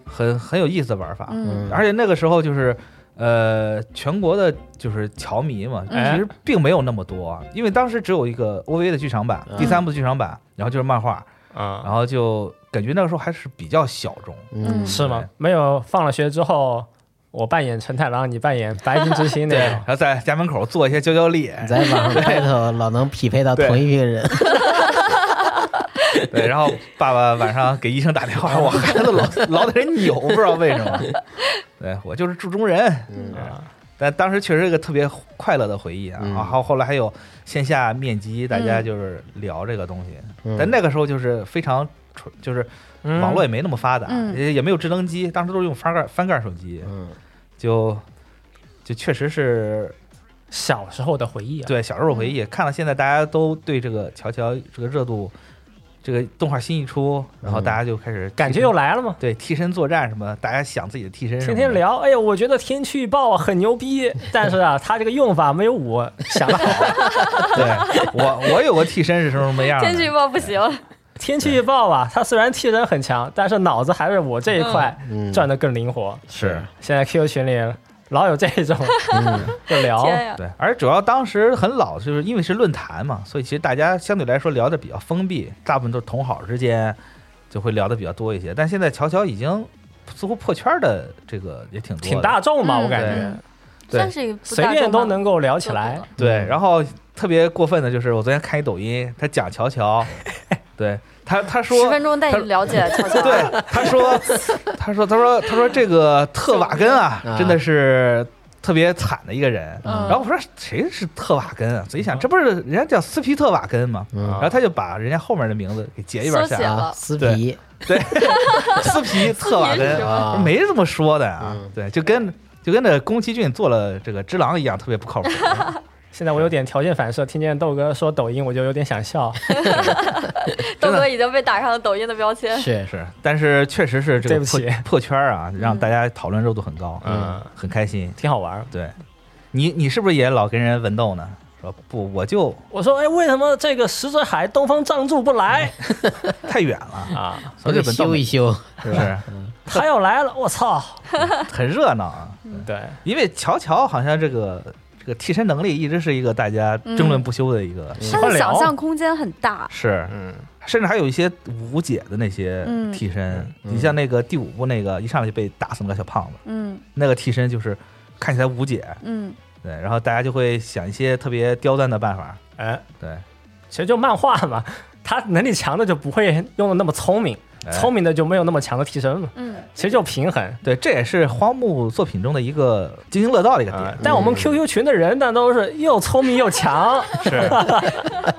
很很有意思的玩法，
嗯，
嗯，
而且那个时候就是。呃，全国的就是侨迷嘛，其
嗯
实并没有那么多啊，因为当时只有一个 OVA 的剧场版，第三部剧场版，然后就是漫画，然
嗯
啊，
后就感觉那个时候还是比较小众。
嗯
是吗？没有，放了学之后，我扮演陈太郎，你扮演白金之星那
然
种，
后在家门口做一些娇娇力，
你在网上开头老能匹配到同一批人，
[laughs] 对，然后爸爸晚上给医生打电话，我孩子老老得人扭，不知道为什么。对我就是柱中人，
嗯
啊
但当时确实是一个特别快乐的回忆啊。
嗯
然后后来还有线下面基，大
嗯
家就是聊这个东西。
嗯
但那个时候就是非常纯，就是
嗯
网络也没那么发达，
嗯
也也没有智能机，当时都是用翻盖翻盖手机，
嗯
就就确实是
小时候的回忆啊，
对小时候回忆。看了现在大家都对这个乔乔这个热度，这个动画新一出，然后
嗯
大家就开始
感觉又来了嘛。
对替身作战什么，大家想自己的替身什么
天
的，
天聊，哎呀，我觉得天气预报啊很牛 [laughs] 逼，但是啊，它这个用法没有我想的好。
对我 [laughs] 我有个替身是什么什么样的？
天气预报不行，
[laughs] 天气预报啊，它虽然替身很强，但是脑子还是我这一块
嗯
转的更灵活。
是
现在 Q 群里老有这种
嗯啊
[laughs]
就聊，
天呀，
对，而主要当时很老，就是因为是论坛嘛，所以其实大家相对来说聊的比较封闭，大部分都是同好之间就会聊的比较多一些。但现在乔乔已经似乎破圈的这个也挺多的，
挺大众嘛，
嗯
我感觉、
嗯
对
算是一个不
随
大
便
众
都
吧
能够聊起来。
对。
嗯
然后特别过分的就是，我昨天看一抖音，他讲
[laughs]
乔乔，对他他说
十分钟带你了解乔乔，
[laughs] 对，他说，他说，他说，他说这个特瓦根啊
啊，
真的是特别惨的一个人。
嗯
然后我说谁是特瓦根啊？仔细想，这不是人家叫斯皮特瓦根吗？
嗯
然后他就把人家后面的名字给截一半
缩
下
写
来，
啊，
了
撕皮，
[laughs] 斯皮特瓦根
是
啊，
啊，
没这么说的啊
嗯。
对，就跟就跟那宫崎骏做了这个只狼一样，特别不靠谱。
现在我有点条件反射，听见豆哥说抖音，我就有点想 [laughs] 笑。
豆 [laughs]
真的
哥已经被打上了抖音的标签，
是
是，但是确实是这
对
个
不
破
起
破圈啊，让大家讨论热度很高，
嗯，
很开心。
挺好玩儿。
对，你你是不是也老跟人文斗呢？说不，我就
我说，哎，为什么这个石泽海、东方藏助不来、
太
[laughs]
远了，
啊？
从日本到
修一修，
是不是
他要来了，我操！
很热闹啊？
对，
因为乔乔好像这个这个替身能力一直是一个大家
嗯
争论不休的一个，
他的想象空间很大，
是，
嗯，
甚至还有一些无解的那些
嗯
替身，
嗯
你像那个第五部那个一上来就被打死那个小胖子，
嗯
那个替身就是看起来无解，
嗯，
对，然后大家就会想一些特别刁钻的办法，
哎，
对，
其实就漫画嘛，他能力强的就不会用的那么聪明，
哎
聪明的就没有那么强的替身嘛。
嗯，
其实就平衡。
对，这也是荒木作品中的一个津津乐道的一个
啊
点，
但我们 QQ 群的人那都是又聪明又 [laughs] 强，
是，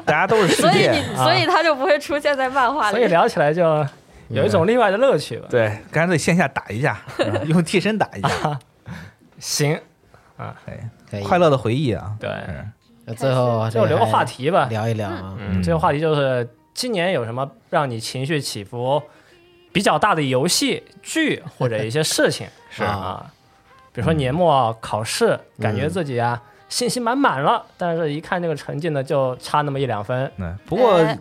大家都是世
所以
界，
你所以他就不会出现在漫画
所以
里，
聊起来就有一种另外的乐趣吧。
对，干脆线下打一架，是吧用替身打一架，
行，
哎，
可以
快乐的回忆啊。
对，
是
那最后
就留个话，题吧。
聊一聊啊，
嗯，这个话题就是今年有什么让你情绪起伏比较大的游戏、剧或者一些事情
[laughs] 是嗯
啊，比如说年末考试，感觉自己啊信心满满了，但是一看这个成绩呢，就差那么一两分。
那不过
哎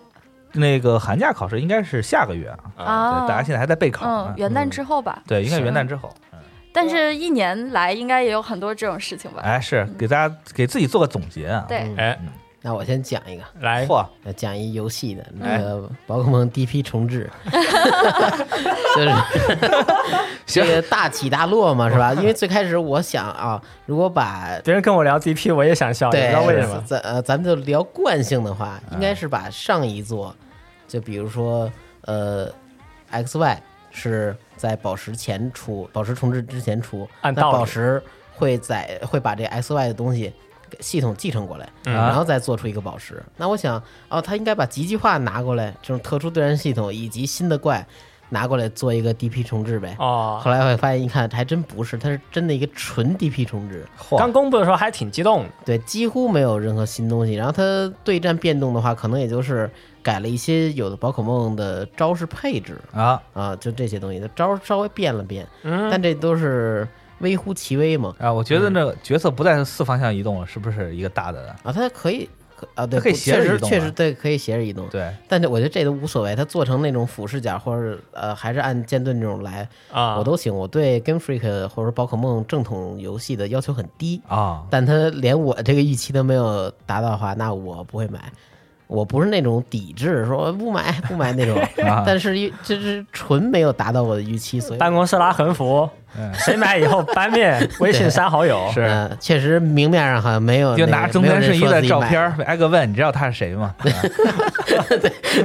那个寒假考试应该是下个月啊，
啊，
对大家现在还在备考
嗯
呢，。
元旦之后吧，
对，应该
是
元旦之后。嗯
但是一年来应该也有很多这种事情吧，
哎，是给大家给自己做个总结啊。
对，
哎，
那嗯那我先讲一个，
来，
嚯，
呃讲一游戏的
哎
那个宝可梦 DP 重置，
[laughs]
就是这个大起大落嘛，
[laughs]
是吧？因为最开始我想啊，如果把
别人跟我聊 DP，我也想笑，也
对，
不知道为什么。嗯
咱呃，咱们就聊惯性的话，应该是把上一座，就比如说呃，X Y 是在宝石前出，宝石重置之前出，
按
那
道理
宝石会在会把这 X Y 的东西。系统继承过来，
嗯
然后再做出一个宝石。那我想，哦，他应该把极巨化拿过来，这种特殊对战系统以及新的怪拿过来做一个 DP 重置呗。
哦，
后来我发现，一看还真不是，它是真的一个纯 DP 重置。
刚公布的时候还挺激动的，
对，几乎没有任何新东西。然后它对战变动的话，可能也就是改了一些有的宝可梦的招式配置
啊
啊，就这些东西，它招儿稍微变了变，
嗯，
但这都是微乎其微嘛。
啊！我觉得那角色不再是四方向移动了，是不是一个大的？
啊，它可以可啊，对，
它可以
不
斜
确
着
实
移动
确
吧
实对，可以斜着移动。
对，
但是我觉得这都无所谓，它做成那种俯视角或者呃，还是按剑盾这种来，
啊，
我都行。我对 Game Freak 或者说宝可梦正统游戏的要求很低，
啊
但他连我这个预期都没有达到的话，那我不会买。我不是那种抵制说不买不买那种，
[laughs] 啊
但是一这是纯没有达到我的预期，所以
办公室拉横幅，
嗯
谁买以后
[laughs]
搬面，微信删好友，
是
呃确实明面上好像没有、那
就
个，
拿中
没有人
田顺一
说
的
自己
照
买
片，挨个问，你知道他是谁吗？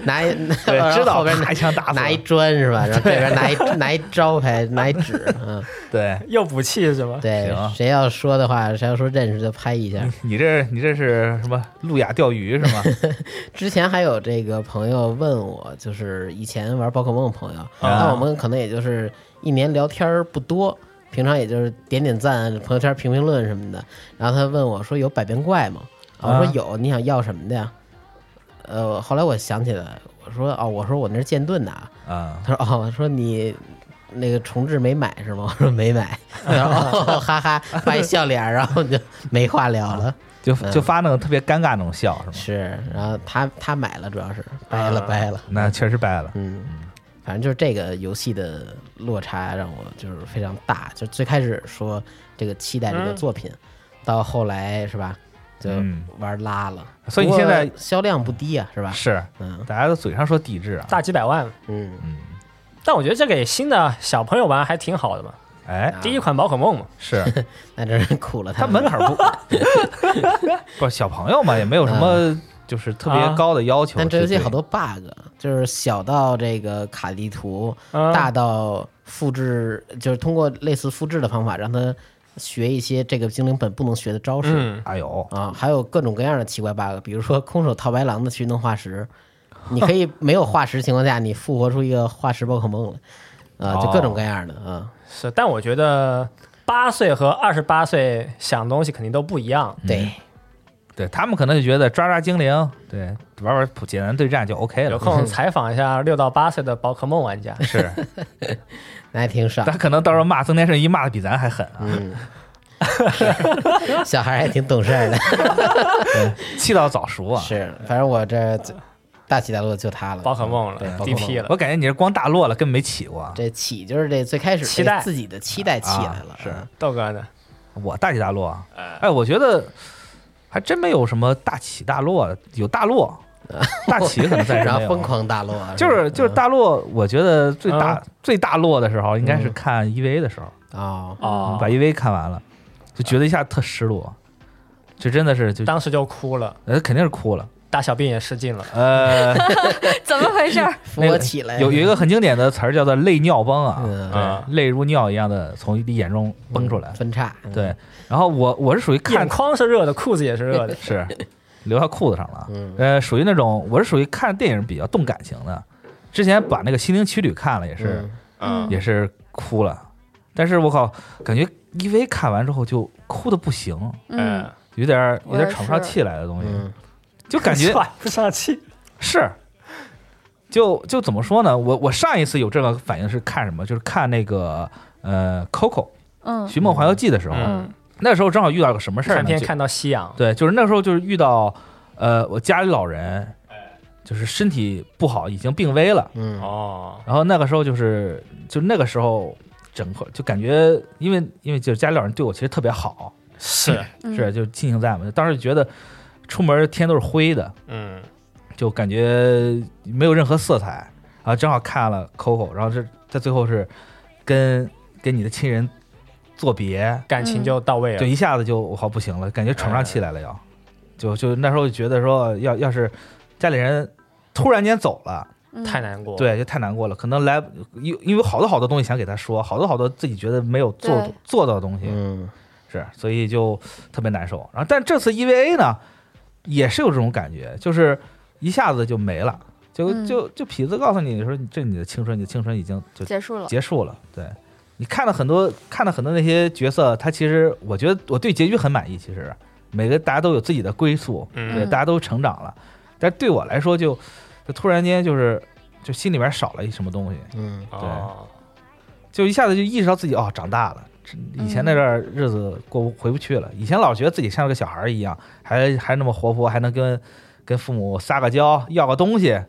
拿一
对
[laughs] 然后
知道
后边
咔
拿
一枪打死
拿
了
一砖是吧？然后这边拿一拿一招牌拿一纸，
[laughs]
嗯，
对，
又补气是吧？
对
行，
谁要说的话，谁要说认识就拍一
[laughs]
下。
你这你这是什么路亚钓鱼
[laughs]
是吗？
之前还有这个朋友问我，就是以前玩宝可梦的朋友，
啊
那我们可能也就是一年聊天儿不多，平常也就是点点赞、朋友圈评评论什么的。然后他问我说：“有百变怪吗？”啊我
啊
说：“有，你想要什么的呀？”呃，后来我想起来，我说：“哦，我说我那是剑盾的啊。”
啊，
他说：“哦，我说你那个重置没买是吗？”我说：“没
[laughs]
买。”然后、哦、哈哈发一笑脸儿，然后就没话聊了。
就就发那种特别尴尬那种笑是吗？
是，然后他他买了，主要是掰
啊
了掰了。
那确实掰了，
嗯，反正就是这个游戏的落差让我就是非常大，就最开始说这个期待这个
嗯
作品，到后来是吧，就
嗯
玩拉了。
所以
不过
现在
销量不低啊，是吧？
是
嗯
大家都嘴上说抵制啊，
大几百万，
嗯，
嗯，
但我觉得这给新的小朋友玩还挺好的嘛。
哎
啊
第一款宝可梦嘛，
是，
那真是苦了
他
们
门槛
[laughs]
不不是小朋友嘛，也没有什么就是特别高的要
嗯啊
求。
但这游戏
对不对
好多 bug，就是小到这个卡地图，
嗯
大到复制，就是通过类似复制的方法让它学一些这个精灵本不能学的招式。
嗯，
哎呦，
啊，还有各种各样的奇怪 bug，比如说空手套白狼的去弄化
[laughs]
石，你可以没有化石情况下，你复活出一个化石宝可梦来，啊，就各
哦
种各样的啊，
是，但我觉得八岁和二十八岁想东西肯定都不一样。
对，
对他们可能就觉得抓抓精灵，对，玩玩普简单对战就 OK
有
了。，
空采访一下六到八岁的宝可梦玩家
[laughs]
[laughs]
是，
那还挺
[laughs]
爽
但，可能到时候骂曾天顺一骂的比咱还狠啊，
嗯，小孩还挺懂事儿的，
气到早熟啊。
是，反正我这大起大落就他了，
宝可梦了
对宝可梦
，DP 了，
我感觉你是光大落了，根本没起过。
这起就是这最开始
期
这
待
自己的期待起来了
啊，是
啊
豆哥呢？
我大起大落，哎，我觉得还真没有什么大起大落的，有大落，
啊
大起可能暂时
[laughs] 然后
没有。啊
疯狂大落，
就是就是大落，我觉得最大、
啊
最大落的时候应该是看 EVA 的时候，
啊，
哦
把，EVA 看完了，就觉得一下特失落，就真的是就
当时就哭了，
呃肯定是哭了，
大小便也失禁了。
呃，
怎么回事
[laughs]
儿？
扶
那
我
个
起来，
有有一个很经典的词儿叫做泪尿崩啊，
嗯
啊
对，泪如尿一样的从眼中崩出来，
分叉，嗯，
对，然后我我是属于看。
眼眶是热的，裤子也是热的
[laughs] 是流到裤子上了。
嗯
呃，属于那种我是属于看电影比较动感型的，之前把那个《心灵奇旅》看了，也是、
嗯
也是哭了，但是我靠，感觉 EV 看完之后就哭的不行，
嗯，
有点儿有
我也
点儿
是
喘不上气来的东西，
嗯。
就
[laughs]
感觉
喘不上气。
是。就就怎么说呢？我我上一次有这个反应是看什么？就是看那个呃《Coco
嗯
寻梦环游记》的时候，
嗯，
那时候正好遇到个什么事儿
看
呢？
片
就
看到夕阳，
对，就是那时候就是遇到，呃，我家里老人，就是身体不好，已经病危了。
嗯
哦，
然后那个时候就是，就那个时候，整个就感觉，因为因为就是家里老人对我其实特别好，
是
嗯
是就亲情在嘛，当时觉得出门天都是灰的，
嗯，
就感觉没有任何色彩啊。正好看了 Coco，然后这在最后是跟跟你的亲人作别，
感情就到位了
就。一下子就我靠不行了，感觉喘不上气来了要，就就那时候就觉得说要要是家里人突然间走了，
嗯
太难过。，
对，就太难过了，可能来因因为有好多好多东西想给他说，好多好多自己觉得没有做
对
做到的东西，
嗯，
是，所以就特别难受。然后，但这次 EVA 呢，也是有这种感觉，就是一下子就没了，就
嗯
就就痞子告诉你说，这你的青春，你的青春已经就
结
[laughs]
束了。
结束了。对你看了很多，看了很多那些角色，他其实我觉得我对结局很满意。其实每个大家都有自己的归宿，对，
嗯
嗯
大家都成长了。但对我来说就，就突然间就是就心里面少了一什么东西，
嗯，
哦，
就一下子就意识到自己哦长大了，这以前那段日子过不回不去了。以前老觉得自己像个小孩儿一样，还还那么活泼，还能跟跟父母撒个娇，要个东西，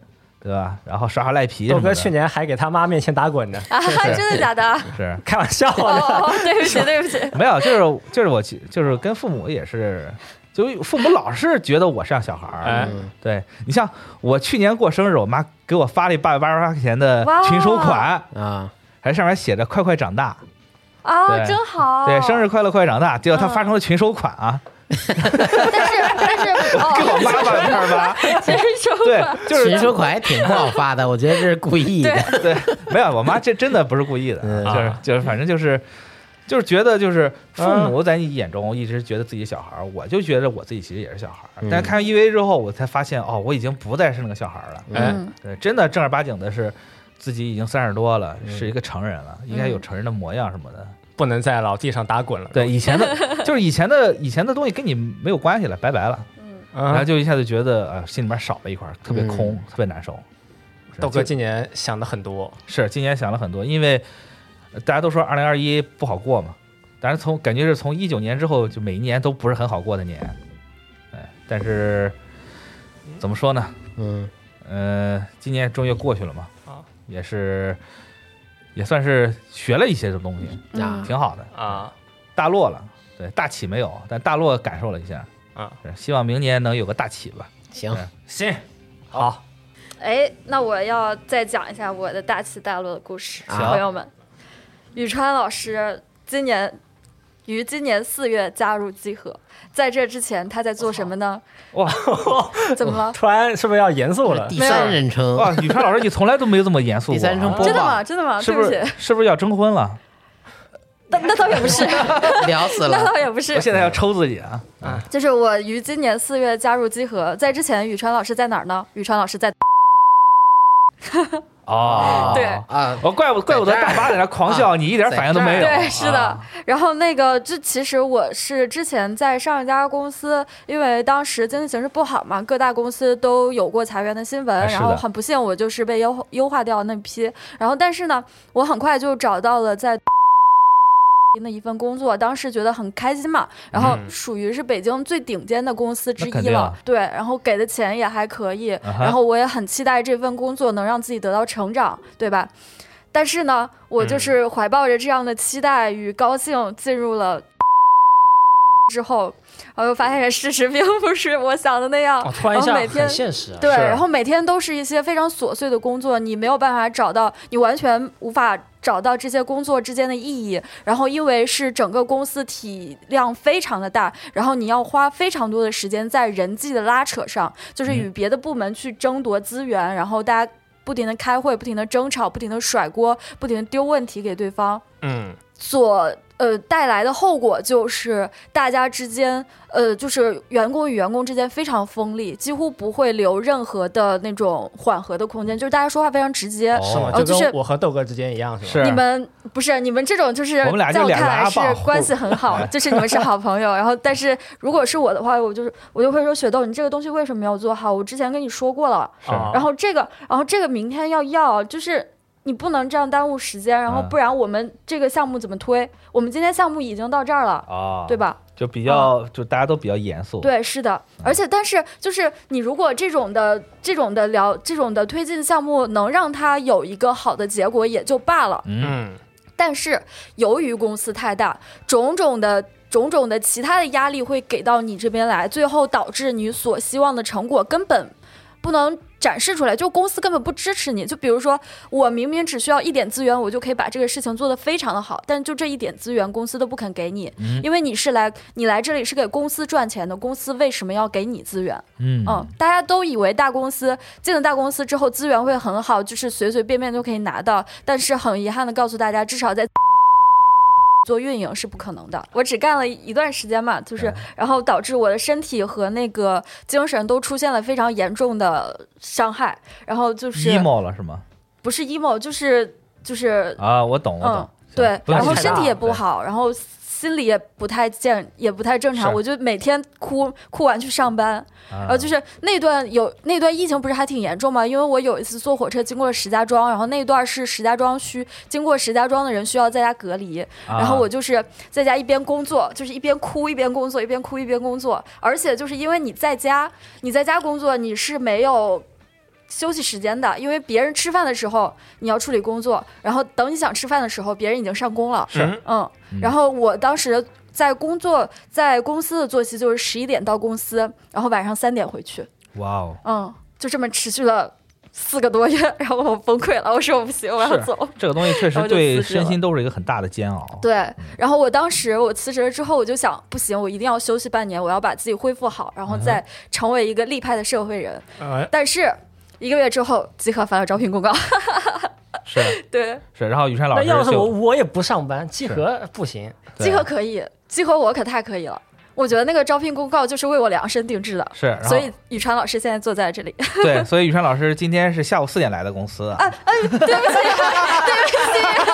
对吧？然后耍耍赖皮什
豆
么
哥
的。
去年还给他妈面前打滚呢，
啊， [laughs] 真的假的？
是
开玩笑
哦
呢。
哦，哦对不起，对不起。
没有，就是就是我其就是跟父母也是，就父母老是觉得我像小孩儿。
[laughs] 哎，
嗯
对你像我去年过生日，我妈给我发了一百八十八块钱的
哇
群收款，
啊，
还上面写着“快快长大”，
啊，
对
真好。
对，生日快乐，快快长大。结果她
哦嗯
发成了群收款啊，
但是但
[laughs]
是
给 [laughs] 我
哦，
妈发了二十八。
[laughs] 真收
[laughs] 对，
[laughs]
就是
秦收款还挺不好发的，我觉得这是故意的。
对，没有，我妈这真的不是故意的，
嗯
就是
啊
就是，反正就是就是觉得就是父母在你眼中一直觉得自己小孩儿，我就觉得我自己其实也是小孩儿。
嗯
但是看 EV 之后，我才发现哦，我已经不再是那个小孩儿了。
哎
嗯
对，真的正儿八经的是自己已经三十多了，
嗯
是一个成人了，应该有成人的模样什么的。
不能在老地上打滚了。
对，以前的就是以前的以前的东西跟你没有关系了，拜拜了。然后
嗯，
就一下就觉得啊、呃心里面少了一块儿，特别空，特别难受。是
豆
就
哥今年想的很多。
是今年想了很多，因为呃大家都说二零二一不好过嘛，但是从感觉是从一九年之后，就每一年都不是很好过的年。哎，但是怎么说呢？
嗯
呃，今年终于过去了嘛，
啊，
也是也算是学了一些东西，
嗯
啊，
挺好的。
啊
大落了，对，大起没有，但大落感受了一下。
啊，
是希望明年能有个大起吧。
行，
行，好，
哎，那我要再讲一下我的大起大落的故事，
行
朋友们。宇川老师今年于今年四月加入集合，在这之前他在做什么呢？
哇，
怎么了？
突然是不是要严肃了
第？三人
[laughs]
称，
哦
哇，啊宇川老师，你从来都没有这么严肃过
第
啊，
三声播
真的吗？
报，
真的吗？
是
啊对
不
不起 [laughs]
是，是不是要征婚了？
那那倒也
[laughs]
不是，
[laughs] 聊死
那
了
倒。也不是
我。现在要抽自己啊！
就是我于今年四月加入集合，在之前宇川老师在哪儿呢？宇川老师在
哦
对啊
啊，
我怪不怪不得大巴在那狂笑，你一点反应都没有。
在这儿
对，是的。
啊
然后那个，这其实我是之前在上一家公司，因为当时经济形势不好嘛，各大公司都有过裁员的新闻，
哎是的
然后很不幸我就是被优优化掉的那批。然后但是呢，我很快就找到了在。的一份工作，当时觉得很开心嘛，然后
嗯
属于是北京最顶尖的公司之
那肯
一
定
了
啊，
对，然后给的钱也还可以，
啊哈
然后我也很期待这份工作能让自己得到成长，对吧？但是呢，我
嗯
就是怀抱着这样的期待与高兴进入了 [laughs] 之后，然后又发现事实并不是我想的那样。
哦，突然一下
然后每天
很现实啊。
对，
是
然后每天都是一些非常琐碎的工作，你没有办法找到，你完全无法找到这些工作之间的意义。然后因为是整个公司体量非常的大，然后你要花非常多的时间在人际的拉扯上，
嗯
就是与别的部门去争夺资源，然后大家不停的开会，不停的争吵，不停的甩锅，不停的丢问题给对方。
嗯，
所呃带来的后果就是大家之间呃就是员工与员工之间非常锋利，几乎不会留任何的那种缓和的空间，就是大家说话非常直接。
是吗？
哦
哦
就
就是
跟我和豆哥之间一样，是吗？
是啊
你们不是你们这种，就是
我们俩就
在我
俩
看来
拉
是
霸
关系很
[laughs]
好，就是你们是好朋友。然后，但是如果是我的话，我就是我就会说雪豆，你这个东西为什么没有做好？我之前跟你说过了，
是
啊
然后这个，然后这个明天要要，就是你不能这样耽误时间，然后
嗯
不然我们这个项目怎么推？我们今天项目已经到这儿了，
哦，
对？吧？嗯
就比较就大家都比较严肃。，
对，是的。而且，但是就是你如果这种的、这种的聊、这种的推进项目能让它有一个好的结果也就罢了，
嗯，
嗯，
但是由于公司太大，种种的。种种的其他的压力会给到你这边来，最后导致你所希望的成果根本不能展示出来，就公司根本不支持你。就比如说，我明明只需要一点资源，我就可以把这个事情做得非常的好，但就这一点资源，公司都不肯给你，
嗯
因为你是来你来这里是给公司赚钱的，公司为什么要给你资源？
嗯
嗯，大家都以为大公司进了大公司之后资源会很好，就是随随便便就可以拿到。但是很遗憾的告诉大家，至少在 [laughs] 做运营是不可能的。我只干了一段时间嘛，就是
嗯
然后导致我的身体和那个精神都出现了非常严重的伤害。然后就是
，emo 了是吗？
不是 emo，就是就是
啊，我懂，我懂
嗯。对，
不要
然
去
后
太
身
大
体也
了
不
对
好，然后心理也不太健，也不太正常。
是
我就每天哭哭完去上班，
啊
然后呃就是那段有那段疫情不是还挺严重吗？因为我有一次坐火车经过石家庄，然后那段是石家庄需经过石家庄的人需要在家隔离，
啊
然后我就是在家一边工作，就是一边哭一边工作，一边哭一边工作，而且就是因为你在家，你在家工作你是没有。休息时间的，因为别人吃饭的时候你要处理工作，然后等你想吃饭的时候，别人已经上工了。
是
嗯，然后我当时在工作，在公司的作息就是十一点到公司，然后晚上三点回去。
哇哦，
嗯，就这么持续了四个多月， [laughs] 然后我崩溃了，我说我不行，我要
是
走。
这个东西确
然
实
后就
对
辞职
身
了
心都是一个很大的煎熬。
对，然后我当时我辞职了之后，我就想，不行，我一定要休息半年，我要把自己恢复好，
嗯
然后再成为一个立派的社会人。
哎，
但是一个月之后，即刻发了招聘公告。 [laughs]
是
对，
是，然后于山老
那
师
要是我，
就
我也不上班，集合不行。
对
集合可以，集合我可太可以了。我觉得那个招聘公告就是为我量身定制的，
是，然后
所以宇川老师现在坐在这里。 [laughs]
对，所以宇川老师今天是下午四点来的公司，啊
啊 [laughs]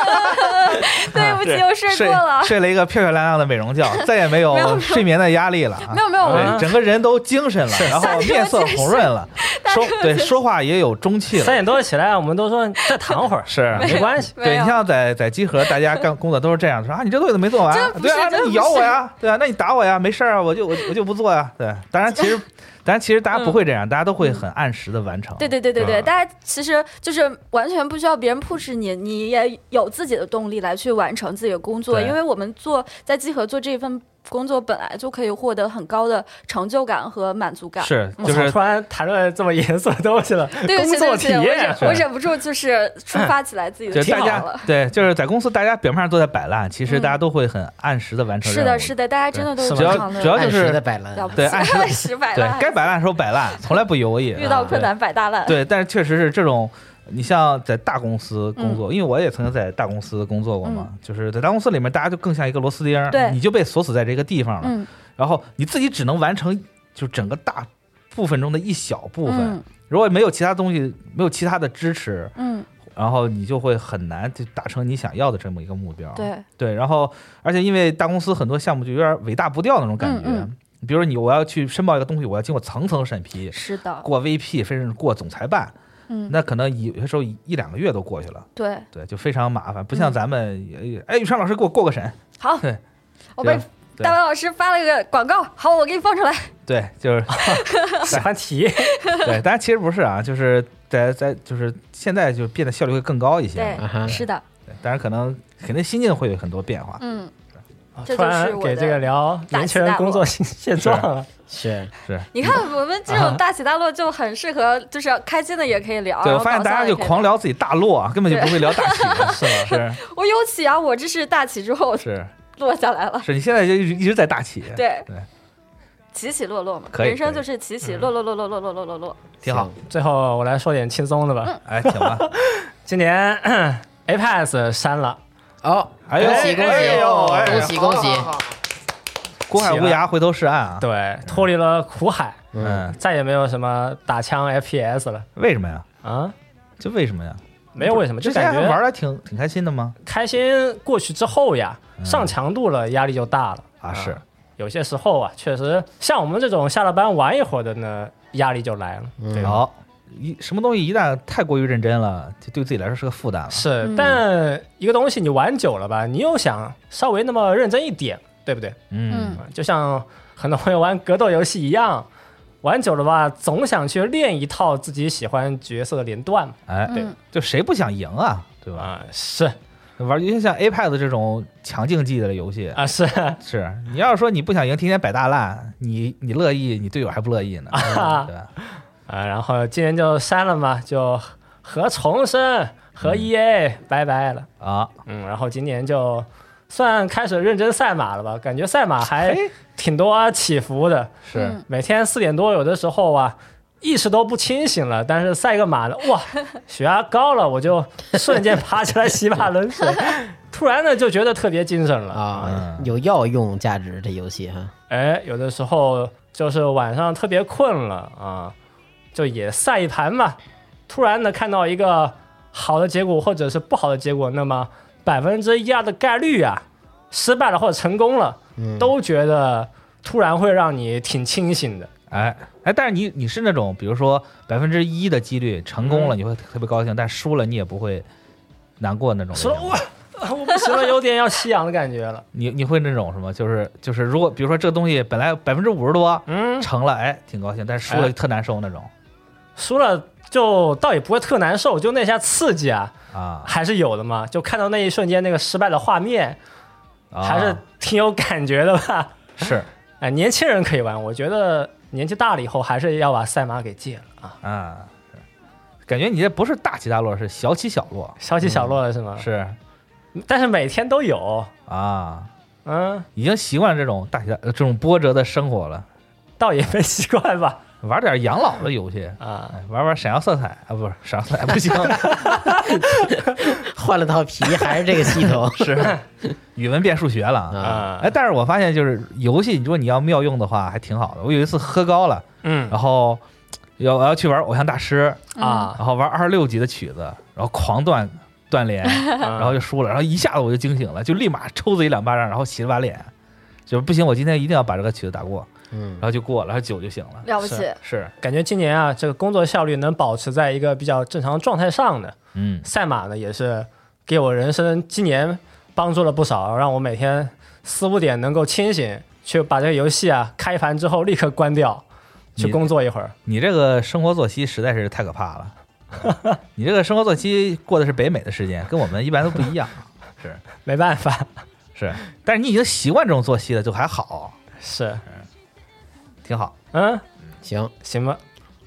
对不起，
对
我睡
睡
过了。
睡了一个漂漂亮亮的美容觉，再也
没
没
有
有
没有
睡眠的压力了啊
没。有没有，
对
我
啊
整个人都精神了，然后面色红润了，说对说话也有中气
三
了，
点多起来，我们都说再
[laughs]
躺会儿，
是
没关系。
没
对
有
你像在在集合，大家干工作都是这样，说啊，你这东西怎么没做完
真？不是
对啊，那
真
你
不
咬我
是
呀，对啊，那你打我呀，没事儿啊，我就我我就不做呀。对，当然其
[laughs]
实，当然其实大家不会这样，大家都会很按时的完成。
嗯对对对对对，
嗯
大家其实就是完全不需要别人 push 你，你也有自己的动力来去完成自己的工作。
对
因为我们做在集合做这份工作，本来就可以获得很高的成就感和满足感。
是就
我操
是
突然谈论这么严肃的东西了，
对不
工
起，对不
作体
起，我
验
忍
是
我忍不住就是抒发起来自己
就
的
是
情
大
感
家
了。嗯
对，就是在公司，大家表面上都在摆烂，其实大家都会很按时的完成
是
任务。
的，是的，大家真的都
是
是
只
非
要
常的
只要就
按时的
是
摆
了
烂啊
不。起，[laughs]
对按时
时摆
对
烂，
该摆烂的时候摆烂，从来不犹豫。
[laughs] 遇到
啊
困难百大烂。
对，但是确实是这种，你像在大公司
嗯
工作，因为我也曾经在大公司工作过嘛，就是在大公司里面，大家就更像一个螺丝钉儿，
对
你就被锁死在这个地方了，
嗯
然后你自己只能完成就整个大部分中的一小部分，
嗯
如果没有其他东西，没有其他的支持，
嗯，
然后你就会很难就达成你想要的这么一个目标。
对，
对，然后而且因为大公司很多项目就有点尾大不掉那种感觉，
嗯
比如说你我要去申报一个东西，我要经过层层审批，
是的，
过 VP，甚至过总裁办，
嗯
那可能有些时候一一两个月都过去了，
对，
对，就非常麻烦，不
嗯
像咱们，呃哎，宇川老师给我过个审，
好
对，
我被
对对
大白老师发了一个广告，好，我给你放出来。
对，
[laughs]
就是
喜欢提，
对，但其实不是啊，就是在在就是现在就变得效率会更高一些
对
嘛，
哈，
是的，
对，当然可能肯定心境会有很多变化，
嗯。这
突
就是
然
我
给
的
这个聊年轻人工作现现状了。
是
是。
你看，我们这
啊
种大起大落就很适合，就是开心的也可以聊。
对，
然
我
后
发现
哦搞
大
笑
家
的
就
也可以
狂聊自己大落啊，根本就不会聊大起，
[laughs]
是是
聊。我有起啊，我这是大起之后
是
落下来了。
[laughs] 是，你现在就一直一直在大起，
对
对，
起起落落嘛，
可以
人生
可以嗯
就是起起落落落落落落落落落。
挺好，
最后我来说点轻松的吧。
嗯
哎，挺吧，
今年 [clears throat] Apex 删了，
哦，
哎呦
恭喜恭喜
哎呦哎呦
恭喜恭喜！
苦海无涯，回头是岸啊，
对，脱离了苦海，
嗯，
再也没有什么打枪 FPS 了
为什么呀？
啊。
这为什么呀？
没有为什么，就
之前
感
还玩
觉
的挺挺开心的吗？
开心过去之后呀，
嗯
上强度了压力就大了
啊，是，
有些时候啊，确实像我们这种下了班玩一会儿的呢，压力就来了。对吧，
嗯好，一什么东西一旦太过于认真了，就对自己来说是个负担了。
是，但一个东西你玩久了吧，你又想稍微那么认真一点，对不对？啊
嗯，
就像很多朋友玩格斗游戏一样，玩久了吧，总想去练一套自己喜欢角色的连段嘛。
哎，
对
嗯
就谁不想赢啊，对吧？
啊，是。
玩，就像 Apex 这种强竞技的游戏，
啊，是
是你要是说你不想赢，天天摆大烂，你你乐意，你队友还不乐意呢，对吧？
啊，然后今年就删了嘛，就和重生和 EA、拜拜了。
啊，
嗯，然后今年就算开始认真赛马了吧，感觉赛马还
哎，
挺多啊起伏的，
是
嗯
每天四点多有的时候啊。意识都不清醒了，但是赛个马呢，哇，血压高了，我就瞬间爬起来 [laughs] 洗把冷水，突然呢就觉得特别精神了
啊，
嗯
有药用价值这游戏哈，
哎，有的时候就是晚上特别困了啊，就也晒一盘吧。突然呢，看到一个好的结果或者是不好的结果，那么百分之一二的概率啊，失败了或者成功了，
嗯
都觉得突然会让你挺清醒的。
哎哎，但是你你是那种，比如说百分之一的几率成功
嗯
了，你会特别高兴，但输了你也不会难过那种类型
说
吗。
哇，啊我不行了，有点要吸氧的感觉了。
你你会那种什么？就是就是，如果比如说这个东西本来百分之五十多
嗯，
成了，哎，挺高兴，但是输了
哎
特难受那种
输了就倒也不会特难受，就那下刺激啊，
啊，
还是有的嘛。就看到那一瞬间那个失败的画面，
啊
还是挺有感觉的吧。
是
哎，年轻人可以玩，我觉得年纪大了以后还是要把赛马给戒了啊，
啊，是感觉你这不是大起大落，是小起小落，
小起小落了是吗？
嗯是
但是每天都有，
啊，
嗯，
已经习惯这种大起大呃这种波折的生活了，
倒也没习惯吧，
玩点养老的游戏。
啊，
哎玩玩闪耀色彩啊，不是闪耀色彩不行，
换了套
[laughs]
皮还是这个系统
是语文变数学了啊。
啊，
啊
哎，，但是我发现就是游戏，你说你要妙用的话，还挺好的。我有一次喝高了，
嗯
然后要我要去玩偶像大师，
啊，
然后玩二十六级的曲子，然后狂断断连，然
然
后就输了，然后一下子我就惊醒了，就立马抽自己两巴掌，然后洗了把脸，就是不行，我今天一定要把这个曲子打过，
嗯
然，后就过了，然后酒就醒了。
了不起，
是
是，
感觉今年啊，这个工作效率能保持在一个比较正常状态上的，
嗯，
赛马呢也是给我人生今年帮助了不少，让我每天四五点能够清醒，去把这个游戏啊开盘之后立刻关掉，去
你
工作一会儿。
你这个生活作息实在是太可怕了， [laughs] 你这个生活作息过的是北美的时间，跟我们一般都不一样。是
没办法，
是，但是你已经习惯这种作息了，就还好，
是，
挺好。
嗯，
行，
行吧，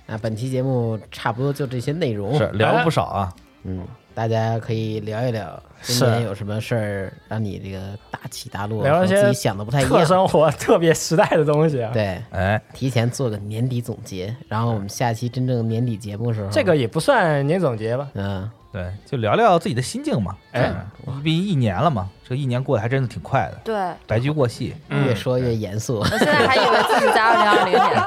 那本期节目差不多就这些内容，
是聊了不少啊，
嗯，大家可以聊一聊今
是
年有什么事儿让你这个大起大落，
聊
和
一些
自己想的不哎太一
特
样，
生活、特别时代的东西啊。
对，
哎，
提前做个年底总结，然后我们下期真正年底节目的时候，
这个也不算年总结吧？
嗯，
对，就聊聊自己的心境嘛。
哎
嗯，毕竟一年了嘛，这一年过得还真的挺快的，
对我
白驹过隙。
嗯
越说越严肃，
现在还以为自己在二零二零年，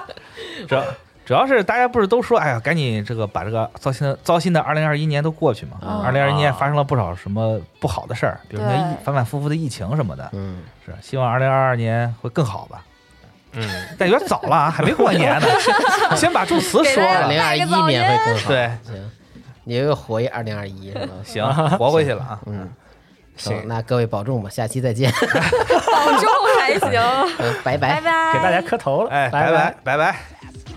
主要主要是大家不是都说，哎呀，赶紧这个把这个糟心的糟心的二零二一年都过去嘛。
嗯
二零二一年发生了不少什么不好的事儿，比如说
对
疫反反复复的疫情什么的。
[laughs]
嗯，
是，希望二零二二年会更好吧。
嗯，
[laughs] 但有点早了啊，还没过年呢，先先把祝词说
给大
二
家
了。
零二
拜
一
个早
年会更好，
对，
行，你又活一二零二一是吧？
行，活过去了啊。
嗯，
行
那各位保重吧，下期再见， [laughs]
保重还行，
嗯拜拜
拜。拜，
给大家磕头了，
哎，拜
拜。
拜拜拜。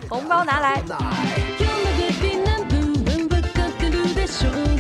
红包拿来。
今日で美男ブーブンぶっかけるでしょう